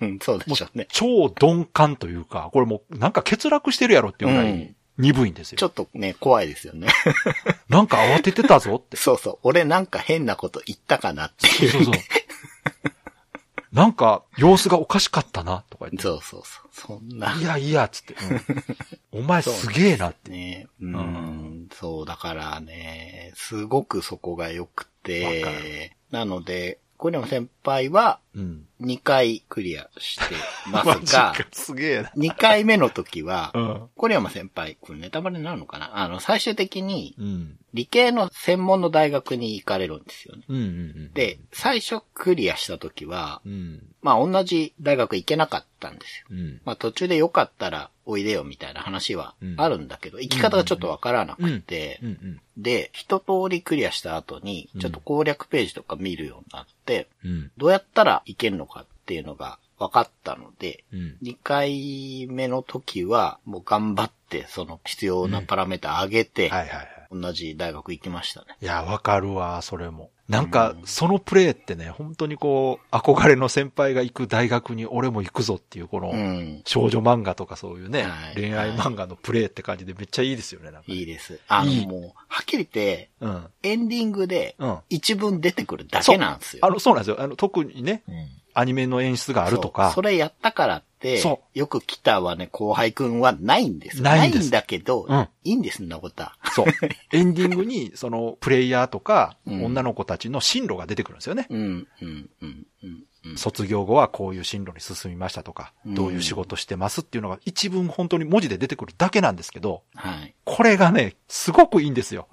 [SPEAKER 3] うんそうで
[SPEAKER 2] も
[SPEAKER 3] しょう
[SPEAKER 2] う
[SPEAKER 3] ね。
[SPEAKER 2] 超鈍感というか、これもうなんか欠落してるやろっていうぐら
[SPEAKER 3] う
[SPEAKER 2] い
[SPEAKER 3] ん
[SPEAKER 2] 鈍いんですよ
[SPEAKER 3] ち。ょっとね、怖いですよね。
[SPEAKER 2] なんか慌ててたぞって。
[SPEAKER 3] そうそう。俺なんか変なこと言ったかなっていう。
[SPEAKER 2] そうそう。なんか様子がおかしかったなとか言っ
[SPEAKER 3] そうそうそう。そんな。
[SPEAKER 2] いやいや、つって。 うんお前すげえなって。
[SPEAKER 3] ね、う、
[SPEAKER 2] うん
[SPEAKER 3] そう、だからね、すごくそこが良く
[SPEAKER 2] わかる
[SPEAKER 3] て、なので、小山先輩は
[SPEAKER 2] うん。
[SPEAKER 3] 2回クリアしてます
[SPEAKER 2] マジ
[SPEAKER 3] が
[SPEAKER 2] か、すげえな。
[SPEAKER 3] 2回目の時は
[SPEAKER 2] う、ん。
[SPEAKER 3] 小山先輩、これネタバレになるのかなあの、最終的に
[SPEAKER 2] うん。
[SPEAKER 3] 理系の専門の大学に行かれるんですよね。
[SPEAKER 2] うんうんうん。
[SPEAKER 3] で、最初クリアした時は、
[SPEAKER 2] うん。
[SPEAKER 3] まあ同じ大学行けなかったんですよ。
[SPEAKER 2] うん。
[SPEAKER 3] まあ途中でよかったらおいでよみたいな話はあるんだけど、行き方がちょっとわからなくて
[SPEAKER 2] う、ん
[SPEAKER 3] で、一通りクリアした後に、ちょっと攻略ページとか見るようになって、
[SPEAKER 2] うん。うん。
[SPEAKER 3] どうやったらいけるのかっていうのが分かったので、
[SPEAKER 2] うん。
[SPEAKER 3] 2回目の時は、もう頑張って、その必要なパラメータ上げて、
[SPEAKER 2] はいはいはい。
[SPEAKER 3] 同じ大学行きましたね。
[SPEAKER 2] いや、わかるわ、それも。なんか、そのプレーってね、本当にこう、憧れの先輩が行く大学に俺も行くぞっていう、この、
[SPEAKER 3] うん。
[SPEAKER 2] 少女漫画とかそういうね、
[SPEAKER 3] はい
[SPEAKER 2] 恋愛漫画のプレイって感じでめっちゃいいですよね、なんか。
[SPEAKER 3] いいです。あの、
[SPEAKER 2] いい
[SPEAKER 3] もう、はっきり言って、
[SPEAKER 2] うん。
[SPEAKER 3] エンディングで、
[SPEAKER 2] うん。
[SPEAKER 3] 一文出てくるだけなんですよ。
[SPEAKER 2] あの、そうなんですよ。あの、特にね、
[SPEAKER 3] うん
[SPEAKER 2] アニメの演出があるとか
[SPEAKER 3] そうそ、れやったからって
[SPEAKER 2] そ、
[SPEAKER 3] よく来たはね、後輩くんはないんです。
[SPEAKER 2] ないんです
[SPEAKER 3] だけど、
[SPEAKER 2] うん
[SPEAKER 3] いいんです、そんなことは。
[SPEAKER 2] そう。エンディングに、その、プレイヤーとか、
[SPEAKER 3] うん
[SPEAKER 2] 女の子たちの進路が出てくるんですよね。
[SPEAKER 3] うん、うん、うん、うん。うん
[SPEAKER 2] 卒業後はこういう進路に進みましたとか、
[SPEAKER 3] うん
[SPEAKER 2] どういう仕事してますっていうのが一文本当に文字で出てくるだけなんですけど、
[SPEAKER 3] はい。
[SPEAKER 2] これがね、すごくいいんですよ。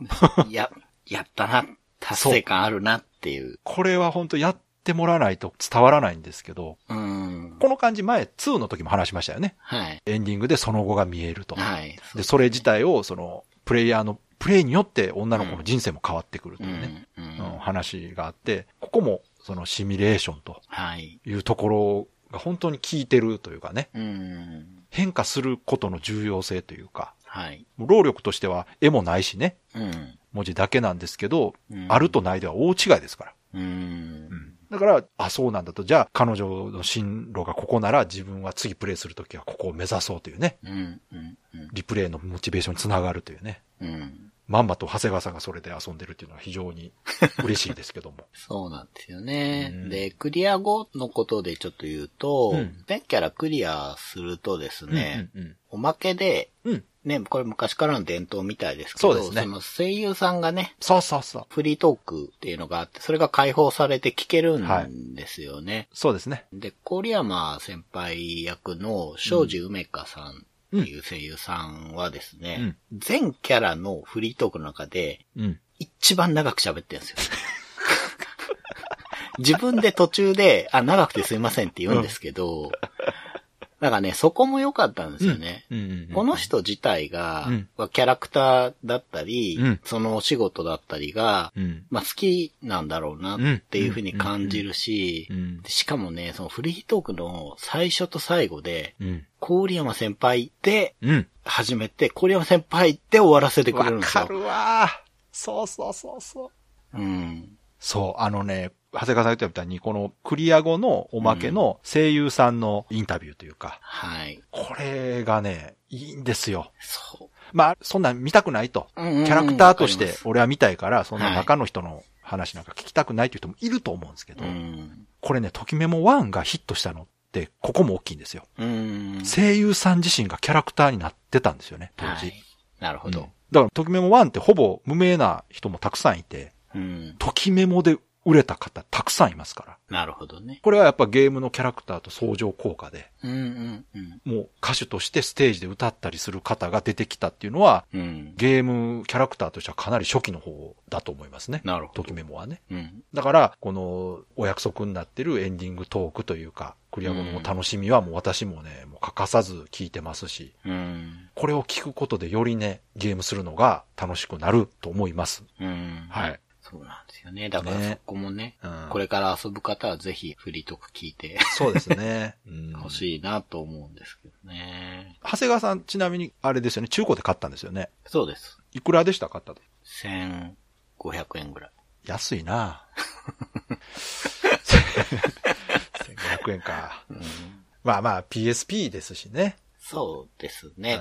[SPEAKER 3] いや、 やったな。達成感あるなっていう。
[SPEAKER 2] これは本当やってもらわないと伝わらないんですけど、
[SPEAKER 3] うん。
[SPEAKER 2] この感じ前2の時も話しましたよね。
[SPEAKER 3] はい。
[SPEAKER 2] エンディングでその後が見えると。
[SPEAKER 3] はい。
[SPEAKER 2] で、それ自体を、その、プレイヤーの、プレイによって女の子の人生も変わってくると
[SPEAKER 3] う
[SPEAKER 2] いうんね、
[SPEAKER 3] うん
[SPEAKER 2] うん話があって、ここも、そのシミュレーションと
[SPEAKER 3] はい。
[SPEAKER 2] いうところが本当に効いてるというかね、
[SPEAKER 3] うん。
[SPEAKER 2] 変化することの重要性というか、
[SPEAKER 3] はい。
[SPEAKER 2] もう労力としては絵もないしね、
[SPEAKER 3] うん。
[SPEAKER 2] 文字だけなんですけど、
[SPEAKER 3] うん
[SPEAKER 2] あるとないでは大違いですから。
[SPEAKER 3] うん。
[SPEAKER 2] だから、あ、そうなんだと。じゃあ、彼女の進路がここなら、自分は次プレイするときはここを目指そうというね。
[SPEAKER 3] うん。うん。うん
[SPEAKER 2] リプレイのモチベーションにつながるというね。
[SPEAKER 3] うん。
[SPEAKER 2] まんまと長谷川さんがそれで遊んでるっていうのは非常に嬉しいですけども。
[SPEAKER 3] そうなんですよね。
[SPEAKER 2] うん
[SPEAKER 3] で、クリア後のことでちょっと言うと、
[SPEAKER 2] うん
[SPEAKER 3] 全キャラクリアするとです ね、
[SPEAKER 2] うんうん
[SPEAKER 3] おまけで、
[SPEAKER 2] うん。うん。
[SPEAKER 3] ね、これ昔からの伝統みたいですけど、
[SPEAKER 2] そうですね
[SPEAKER 3] の声優さんがね、
[SPEAKER 2] そうそうそう。
[SPEAKER 3] フリートークっていうのがあって、それが解放されて聞ける
[SPEAKER 2] は
[SPEAKER 3] んですよね。
[SPEAKER 2] そうですね。
[SPEAKER 3] で、郡山先輩役の庄司梅香さんっていう声優さんはですね、全キャラのフリートークの中で、
[SPEAKER 2] うん。
[SPEAKER 3] 一番長く喋ってるんですよ。 自分で途中で、あ、長くてすいませんって言うんですけど、なんかね、そこも良かったんですよね。
[SPEAKER 2] うんうんうん
[SPEAKER 3] この人自体が
[SPEAKER 2] うん、
[SPEAKER 3] まあキャラクターだったり、
[SPEAKER 2] うん
[SPEAKER 3] そのお仕事だったりが、
[SPEAKER 2] うん。
[SPEAKER 3] まあ好きなんだろうなっていうふうに感じるし
[SPEAKER 2] う、ん。
[SPEAKER 3] しかもね、そのフリートークの最初と最後で、
[SPEAKER 2] うん。
[SPEAKER 3] 郡山先輩で
[SPEAKER 2] うん。
[SPEAKER 3] 始めて、郡山先輩で終わらせてくれる
[SPEAKER 2] わ
[SPEAKER 3] んです
[SPEAKER 2] か
[SPEAKER 3] よ。
[SPEAKER 2] るわーそうそうそうそう。
[SPEAKER 3] うん。
[SPEAKER 2] そう、あのね、長谷川さんが言ったみたいに、このクリア後のおまけの声優さんのインタビューというか、
[SPEAKER 3] はい。
[SPEAKER 2] これがね、いいんですよ。
[SPEAKER 3] そ
[SPEAKER 2] まあ、そんなん見たくないと。
[SPEAKER 3] う。キ
[SPEAKER 2] キャラクターとし
[SPEAKER 3] わ
[SPEAKER 2] て
[SPEAKER 3] か
[SPEAKER 2] 俺は見たいから、そんな中の人の話なんか聞きたくないという人もいると思うんですけど、
[SPEAKER 3] ります
[SPEAKER 2] これね、ときメモ1がヒットしたのって、ここも大きいんですよ。
[SPEAKER 3] うん。うん。
[SPEAKER 2] 声優さん自身がキャラクターになってたんですよね、当
[SPEAKER 3] は
[SPEAKER 2] 時。
[SPEAKER 3] い。なるほ
[SPEAKER 2] うん
[SPEAKER 3] ど。
[SPEAKER 2] だから、ときメモ1ってほぼ無名な人もたくさんいて、
[SPEAKER 3] うん。
[SPEAKER 2] ときメモで売れた方たくさんいますから。
[SPEAKER 3] なるほどね。
[SPEAKER 2] これはやっぱゲームのキャラクターと相乗効果で、
[SPEAKER 3] うんうんうん。
[SPEAKER 2] もう歌手としてステージで歌ったりする方が出てきたっていうのは、
[SPEAKER 3] うん。
[SPEAKER 2] ゲームキャラクターとしてはかなり初期の方だと思いますね。
[SPEAKER 3] なるほ
[SPEAKER 2] と
[SPEAKER 3] ど。
[SPEAKER 2] きメモはね。
[SPEAKER 3] うん。
[SPEAKER 2] だから、このお約束になってるエンディングトークというか、クリア後の楽しみはもう私もね、もう欠かさず聞いてますし、
[SPEAKER 3] うん。
[SPEAKER 2] これを聞くことでよりね、ゲームするのが楽しくなると思います。
[SPEAKER 3] うん。
[SPEAKER 2] はい。
[SPEAKER 3] そうなんですよね。だから
[SPEAKER 2] ね
[SPEAKER 3] そこもね、
[SPEAKER 2] うん、
[SPEAKER 3] これから遊ぶ方はぜひフリートーク聞いて
[SPEAKER 2] そうですね。 うん
[SPEAKER 3] ほしいなと思うんですけどね。
[SPEAKER 2] 長谷川さん、ちなみに、あれですよね、中古で買ったんですよね。
[SPEAKER 3] そうです。
[SPEAKER 2] いくらでした買ったと。
[SPEAKER 3] 1500円ぐらい。
[SPEAKER 2] 安い な1500円か。
[SPEAKER 3] うん。
[SPEAKER 2] まあまあ PSP ですしね。
[SPEAKER 3] そうです
[SPEAKER 2] う
[SPEAKER 3] ね。
[SPEAKER 2] ん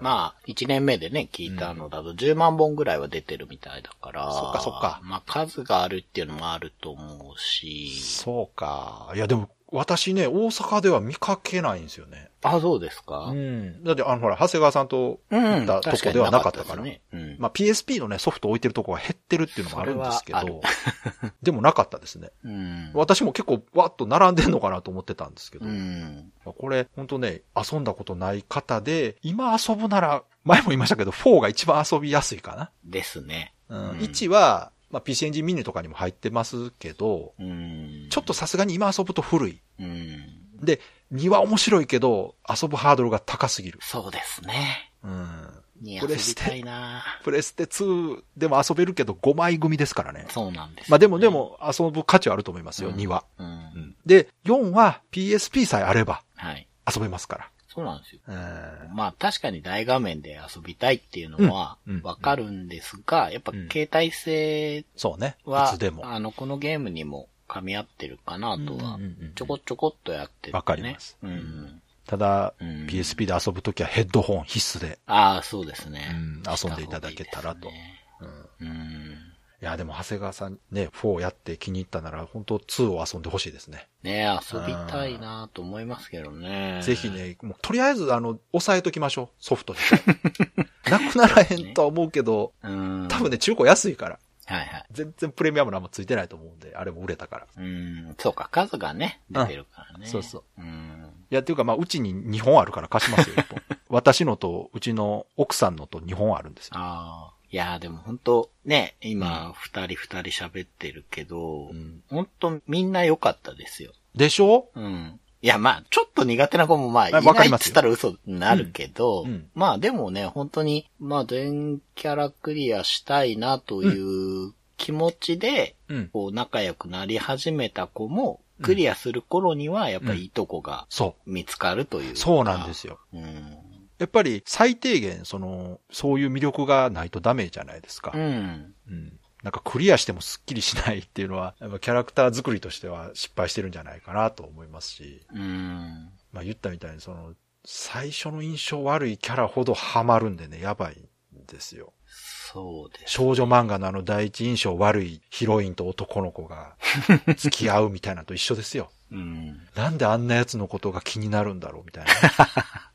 [SPEAKER 3] まあ、1年目でね、聞いたのだと10万本ぐらいは出てるみたいだから。
[SPEAKER 2] そっかそっか
[SPEAKER 3] まあ、数があるっていうのもあると思うし。
[SPEAKER 2] そうか。いやでも私ね、大阪では見かけないんですよね。
[SPEAKER 3] あ、そうですか
[SPEAKER 2] うん。だって、あの、ほら、長谷川さんと
[SPEAKER 3] う
[SPEAKER 2] 行ったとこではなかったから。
[SPEAKER 3] 確になですねうん。
[SPEAKER 2] まあ、PSP のね、ソフト置いてるとこは減ってるっていうのもあるんですけ
[SPEAKER 3] それ
[SPEAKER 2] ど、 でもなかったですね。
[SPEAKER 3] うん。
[SPEAKER 2] 私も結構わっと並んでんのかなと思ってたんですけど、
[SPEAKER 3] うん。
[SPEAKER 2] これ本当ね、遊んだことない方で、今遊ぶなら、前も言いましたけど、4が一番遊びやすいか
[SPEAKER 3] ですね。
[SPEAKER 2] な。うん
[SPEAKER 3] うん
[SPEAKER 2] 1は、まあ、PC エンジンミニとかにも入ってますけど、
[SPEAKER 3] うん。
[SPEAKER 2] ちょっとさすがに今遊ぶと古い。
[SPEAKER 3] うん。
[SPEAKER 2] で、2は面白いけど、遊ぶハードルが高すぎる。
[SPEAKER 3] そうですね。
[SPEAKER 2] うん。
[SPEAKER 3] に
[SPEAKER 2] こ
[SPEAKER 3] 遊
[SPEAKER 2] れ
[SPEAKER 3] び
[SPEAKER 2] して
[SPEAKER 3] たいな
[SPEAKER 2] プレステ2でも遊べるけど5枚組ですからね。
[SPEAKER 3] そうなんです。
[SPEAKER 2] まあでもで、も遊ぶ価値はあると思いますよ、
[SPEAKER 3] うん
[SPEAKER 2] 2は。
[SPEAKER 3] うん。
[SPEAKER 2] で、4は PSP さえあれば
[SPEAKER 3] はい。
[SPEAKER 2] 遊べますか
[SPEAKER 3] そうなんですよ。
[SPEAKER 2] ら。
[SPEAKER 3] まあ確かに大画面で遊びたいっていうのは
[SPEAKER 2] うんうん
[SPEAKER 3] わかるんですが、やっぱ携帯性
[SPEAKER 2] そうね。い
[SPEAKER 3] は、
[SPEAKER 2] つでも。
[SPEAKER 3] あの、このゲームにも噛み合ってるかなとは
[SPEAKER 2] うんうんうんうん、
[SPEAKER 3] ちょこちょこっとやってて、ね。
[SPEAKER 2] わかります
[SPEAKER 3] うん。
[SPEAKER 2] ただ、
[SPEAKER 3] うん
[SPEAKER 2] PSP で遊ぶときはヘッドホン必須で。
[SPEAKER 3] ああ、そうですね。
[SPEAKER 2] うん遊んでいただけたらと
[SPEAKER 3] し
[SPEAKER 2] う
[SPEAKER 3] た
[SPEAKER 2] んい
[SPEAKER 3] 方がいいですねうん。
[SPEAKER 2] や、でも長谷川さんね、4やって気に入ったなら、本当2を遊んでほしいですね。
[SPEAKER 3] ね遊びたいなと思いますけどね。
[SPEAKER 2] ぜひ。ね、もうとりあえず、あの、押さえときましょう。ソフトで。 なくならへんとは思うけど、
[SPEAKER 3] うん。
[SPEAKER 2] 多分ね、中古安いから。
[SPEAKER 3] はいはい。
[SPEAKER 2] 全然プレミアムのあんまついてないと思うんで、あれも売れたから。
[SPEAKER 3] うん。そうか、数がね、出てるからね。
[SPEAKER 2] そうそう。
[SPEAKER 3] う。うん。
[SPEAKER 2] いや、っていうか、まあ、うちに2本あるから貸しますよ、1本。私 のと、うちの奥さんのと2本あるんですよ。
[SPEAKER 3] ああ。いやーでも本当ね、今、二人二人喋ってるけど、
[SPEAKER 2] うん
[SPEAKER 3] 本当みんな良かったですよ。
[SPEAKER 2] でしょ
[SPEAKER 3] うん。いや、まあ、ちょっと苦手な子もまあ、い
[SPEAKER 2] ま
[SPEAKER 3] な
[SPEAKER 2] あわか
[SPEAKER 3] い
[SPEAKER 2] り
[SPEAKER 3] っ
[SPEAKER 2] ま
[SPEAKER 3] て
[SPEAKER 2] す
[SPEAKER 3] 言
[SPEAKER 2] よ
[SPEAKER 3] ったら嘘になるけど、
[SPEAKER 2] うんうん
[SPEAKER 3] まあでもね、本当に、まあ全キャラクリアしたいなという気持ちで、
[SPEAKER 2] うん。
[SPEAKER 3] こう仲良くなり始めた子も、クリアする頃には、やっぱりいいとこが
[SPEAKER 2] そ
[SPEAKER 3] 見つかるという
[SPEAKER 2] う。
[SPEAKER 3] か。
[SPEAKER 2] そうなんですよ。
[SPEAKER 3] うん。
[SPEAKER 2] やっぱり、最低限、その、そういう魅力がないとダメじゃないですか
[SPEAKER 3] う。ん。
[SPEAKER 2] うん。なんか、クリアしてもスッキリしないっていうのは、 やっぱキャラクター作りとしては失敗してるんじゃないかなと思いますし、
[SPEAKER 3] うん。
[SPEAKER 2] まあ、言ったみたいに、その、最初の印象悪いキャラほどハマるんでね、やばいんですよ。
[SPEAKER 3] そうです。
[SPEAKER 2] 少女漫画のあの第一印象悪いヒロインと男の子が付き合うみたいなのと一緒ですよ。
[SPEAKER 3] うん。
[SPEAKER 2] なんであんな奴のことが気になるんだろうみたいな。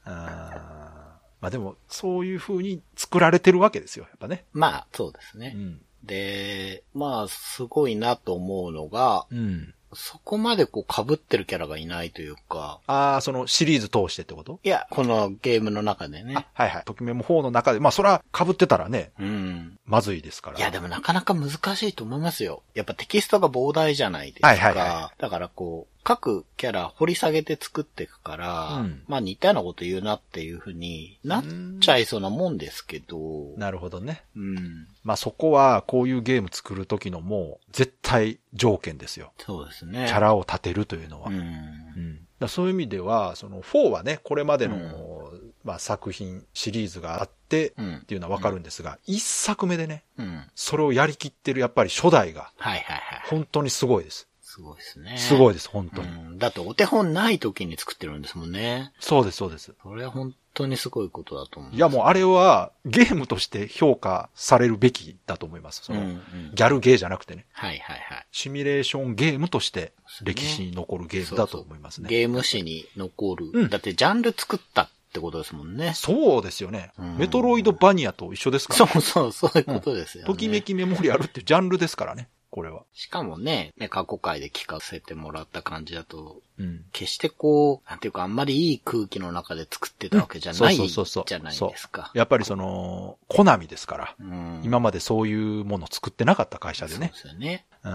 [SPEAKER 2] あーまあでも、そういう風に作られてるわけですよ、やっぱね。
[SPEAKER 3] まあ、そうです
[SPEAKER 2] う
[SPEAKER 3] ね。
[SPEAKER 2] ん。
[SPEAKER 3] で、まあ、すごいなと思うのが、
[SPEAKER 2] うん。
[SPEAKER 3] そこまでこう被ってるキャラがいないというか、
[SPEAKER 2] ああ、そのシリーズ通してってこと
[SPEAKER 3] いや、このゲームの中でね。
[SPEAKER 2] はいはい。ときめも4の中で、まあそら被ってたらね、
[SPEAKER 3] うん。
[SPEAKER 2] まずいですから。
[SPEAKER 3] いや、でもなかなか難しいと思いますよ。やっぱテキストが膨大じゃないですか。
[SPEAKER 2] はいはいは
[SPEAKER 3] だからこう、各キャラ掘り下げて作っていくから、
[SPEAKER 2] うん
[SPEAKER 3] まあ似たようなこと言うなっていうふうになっちゃいそうなもんですけど、
[SPEAKER 2] なるほどね。
[SPEAKER 3] うん。
[SPEAKER 2] まあそこは、こういうゲーム作る時のもう、絶対条件ですよ。
[SPEAKER 3] そうですね。
[SPEAKER 2] キャラを立てるというのは。
[SPEAKER 3] うん。
[SPEAKER 2] だからそういう意味では、その4はね、これまでの、まあ、作品、シリーズがあって、
[SPEAKER 3] うん
[SPEAKER 2] っていうのはわかるんですが、一、作目でね、
[SPEAKER 3] うん。
[SPEAKER 2] それをやりきってるやっぱり初代が、
[SPEAKER 3] はいはいはい。
[SPEAKER 2] 本当にすごいです。
[SPEAKER 3] すごいですね。
[SPEAKER 2] すご
[SPEAKER 3] い。
[SPEAKER 2] いです、本当に。
[SPEAKER 3] うん、だってお手本ない時に作ってるんですもんね。
[SPEAKER 2] そうです、そうです。
[SPEAKER 3] それは本当にすごいことだと思う。
[SPEAKER 2] いや、もうあれは、ゲームとして評価されるべきだと思います。その、
[SPEAKER 3] うんうん
[SPEAKER 2] ギャルゲーじゃなくてね、
[SPEAKER 3] はいはいはい。
[SPEAKER 2] シミュレーションゲームとして、
[SPEAKER 3] そうです
[SPEAKER 2] 歴
[SPEAKER 3] ね
[SPEAKER 2] 史に残るゲームだと思いますね。
[SPEAKER 3] ゲーム史に残る。
[SPEAKER 2] うん
[SPEAKER 3] だってジャンル作ったってことですもんね。
[SPEAKER 2] そうですよね、
[SPEAKER 3] うん
[SPEAKER 2] メトロイドバニアと一緒ですから
[SPEAKER 3] そうそう、そういうことですよね。
[SPEAKER 2] ときめきメモリアルっていうジャンルですからね、これは。
[SPEAKER 3] しかもね、ね過去回で聞かせてもらった感じだと、
[SPEAKER 2] うん。
[SPEAKER 3] 決してこう、なんていうかあんまりいい空気の中で作ってたわけじゃない、
[SPEAKER 2] そうそうそうそう
[SPEAKER 3] じゃないですか。
[SPEAKER 2] やっぱりその、コナミですから、
[SPEAKER 3] うん
[SPEAKER 2] 今までそういうもの作ってなかった会社で
[SPEAKER 3] そう
[SPEAKER 2] ね
[SPEAKER 3] で。すよね。
[SPEAKER 2] うん。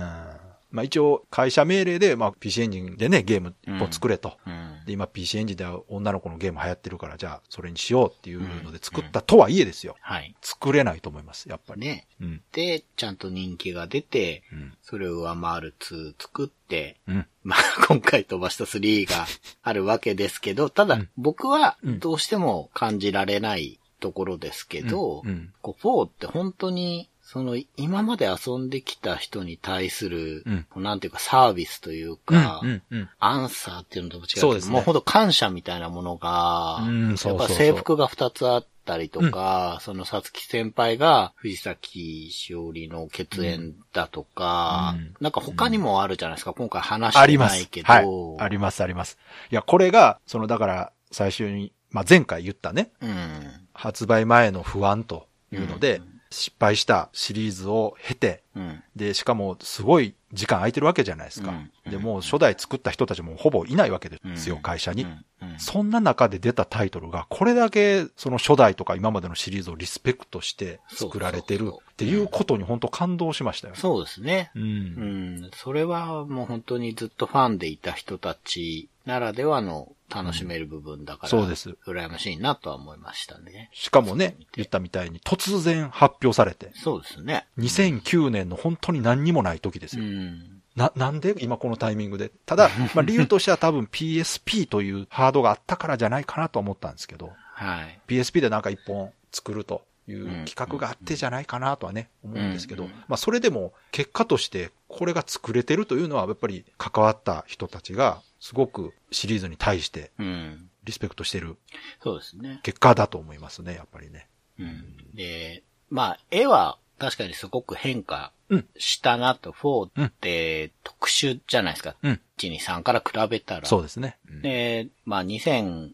[SPEAKER 2] まあ一応、会社命令で、まあ PC エンジンでね、ゲーム一本作れと。
[SPEAKER 3] うん。
[SPEAKER 2] で、今 PC エンジンでは女の子のゲーム流行ってるから、じゃあそれにしようっていうので作ったとはいえですよ。
[SPEAKER 3] はい。
[SPEAKER 2] 作れないと思います、やっぱり。
[SPEAKER 3] ね。
[SPEAKER 2] うん。
[SPEAKER 3] で、ちゃんと人気が出て、
[SPEAKER 2] うん。
[SPEAKER 3] それを上回る2作って、
[SPEAKER 2] うん。
[SPEAKER 3] まあ、 今回飛ばした3があるわけですけど、た
[SPEAKER 2] う
[SPEAKER 3] だ
[SPEAKER 2] ん
[SPEAKER 3] 僕は
[SPEAKER 2] うん
[SPEAKER 3] どうしても感じられないところですけど
[SPEAKER 2] うんうん、
[SPEAKER 3] こう4って本当に、その今まで遊んできた人に対する
[SPEAKER 2] うん、
[SPEAKER 3] こうなんていうかサービスというか
[SPEAKER 2] う、ん。うん。
[SPEAKER 3] アンサーっていうのとも違うけ
[SPEAKER 2] そう
[SPEAKER 3] ど
[SPEAKER 2] ですね
[SPEAKER 3] もうほんと感謝みたいなものが
[SPEAKER 2] うん、
[SPEAKER 3] や
[SPEAKER 2] そ
[SPEAKER 3] っ
[SPEAKER 2] うそ
[SPEAKER 3] ぱ
[SPEAKER 2] うそう
[SPEAKER 3] 制服が2つあっったりとか、そのさつき先輩が藤崎しおりの血縁だとか、
[SPEAKER 2] うん
[SPEAKER 3] なんか他にもあるじゃないですか、今回話
[SPEAKER 2] あ
[SPEAKER 3] して
[SPEAKER 2] りま
[SPEAKER 3] な
[SPEAKER 2] す
[SPEAKER 3] いけ。ど。
[SPEAKER 2] はい。あります、あります。いや、これが、その、だから、最初に、まあ、前回言ったね、
[SPEAKER 3] うん。
[SPEAKER 2] 発売前の不安というので、
[SPEAKER 3] う
[SPEAKER 2] 失敗したシリーズを経て、
[SPEAKER 3] うん。
[SPEAKER 2] で、しかも、すごい時間空いてるわけじゃないですか。
[SPEAKER 3] うん
[SPEAKER 2] で、もう初代作った人たちもほぼいないわけですよ、
[SPEAKER 3] うん
[SPEAKER 2] 会社に。
[SPEAKER 3] うんうん
[SPEAKER 2] そんな中で出たタイトルが、これだけその初代とか今までのシリーズをリスペクトして作られて
[SPEAKER 3] そ
[SPEAKER 2] る
[SPEAKER 3] うそうそう
[SPEAKER 2] っていうことに本当感動しましたよ。
[SPEAKER 3] そうですね。
[SPEAKER 2] う。
[SPEAKER 3] うんん。それはもう本当にずっとファンでいた人たちならではの楽しめる部分だから、
[SPEAKER 2] そうです。
[SPEAKER 3] 羨ましいなとは思いましたね。
[SPEAKER 2] しかもね、言ったみたいに突然発表されて、
[SPEAKER 3] そうですね。
[SPEAKER 2] 2009年の本当に何にもない時です
[SPEAKER 3] う
[SPEAKER 2] よ。
[SPEAKER 3] ん。
[SPEAKER 2] な、なんで今このタイミングで。た だ、まあ理由としては多分 PSP というハードがあったからじゃないかなと思ったんですけど、
[SPEAKER 3] はい。
[SPEAKER 2] PSP でなんか一本作るという企画があってじゃないかなとはね、思うんですけど、
[SPEAKER 3] うん
[SPEAKER 2] まあそれでも結果としてこれが作れてるというのはやっぱり関わった人たちがすごくシリーズに対して
[SPEAKER 3] うん。
[SPEAKER 2] リスペクトしてる
[SPEAKER 3] そうですね。
[SPEAKER 2] 結果だと思いますね、やっぱりね。
[SPEAKER 3] うん。で、まあ、絵は確かにすごく変化
[SPEAKER 2] うん
[SPEAKER 3] したなと、4って特殊じゃないですか。
[SPEAKER 2] うん。
[SPEAKER 3] 123から比べたら。
[SPEAKER 2] そうですね。うん
[SPEAKER 3] で、まあ、2009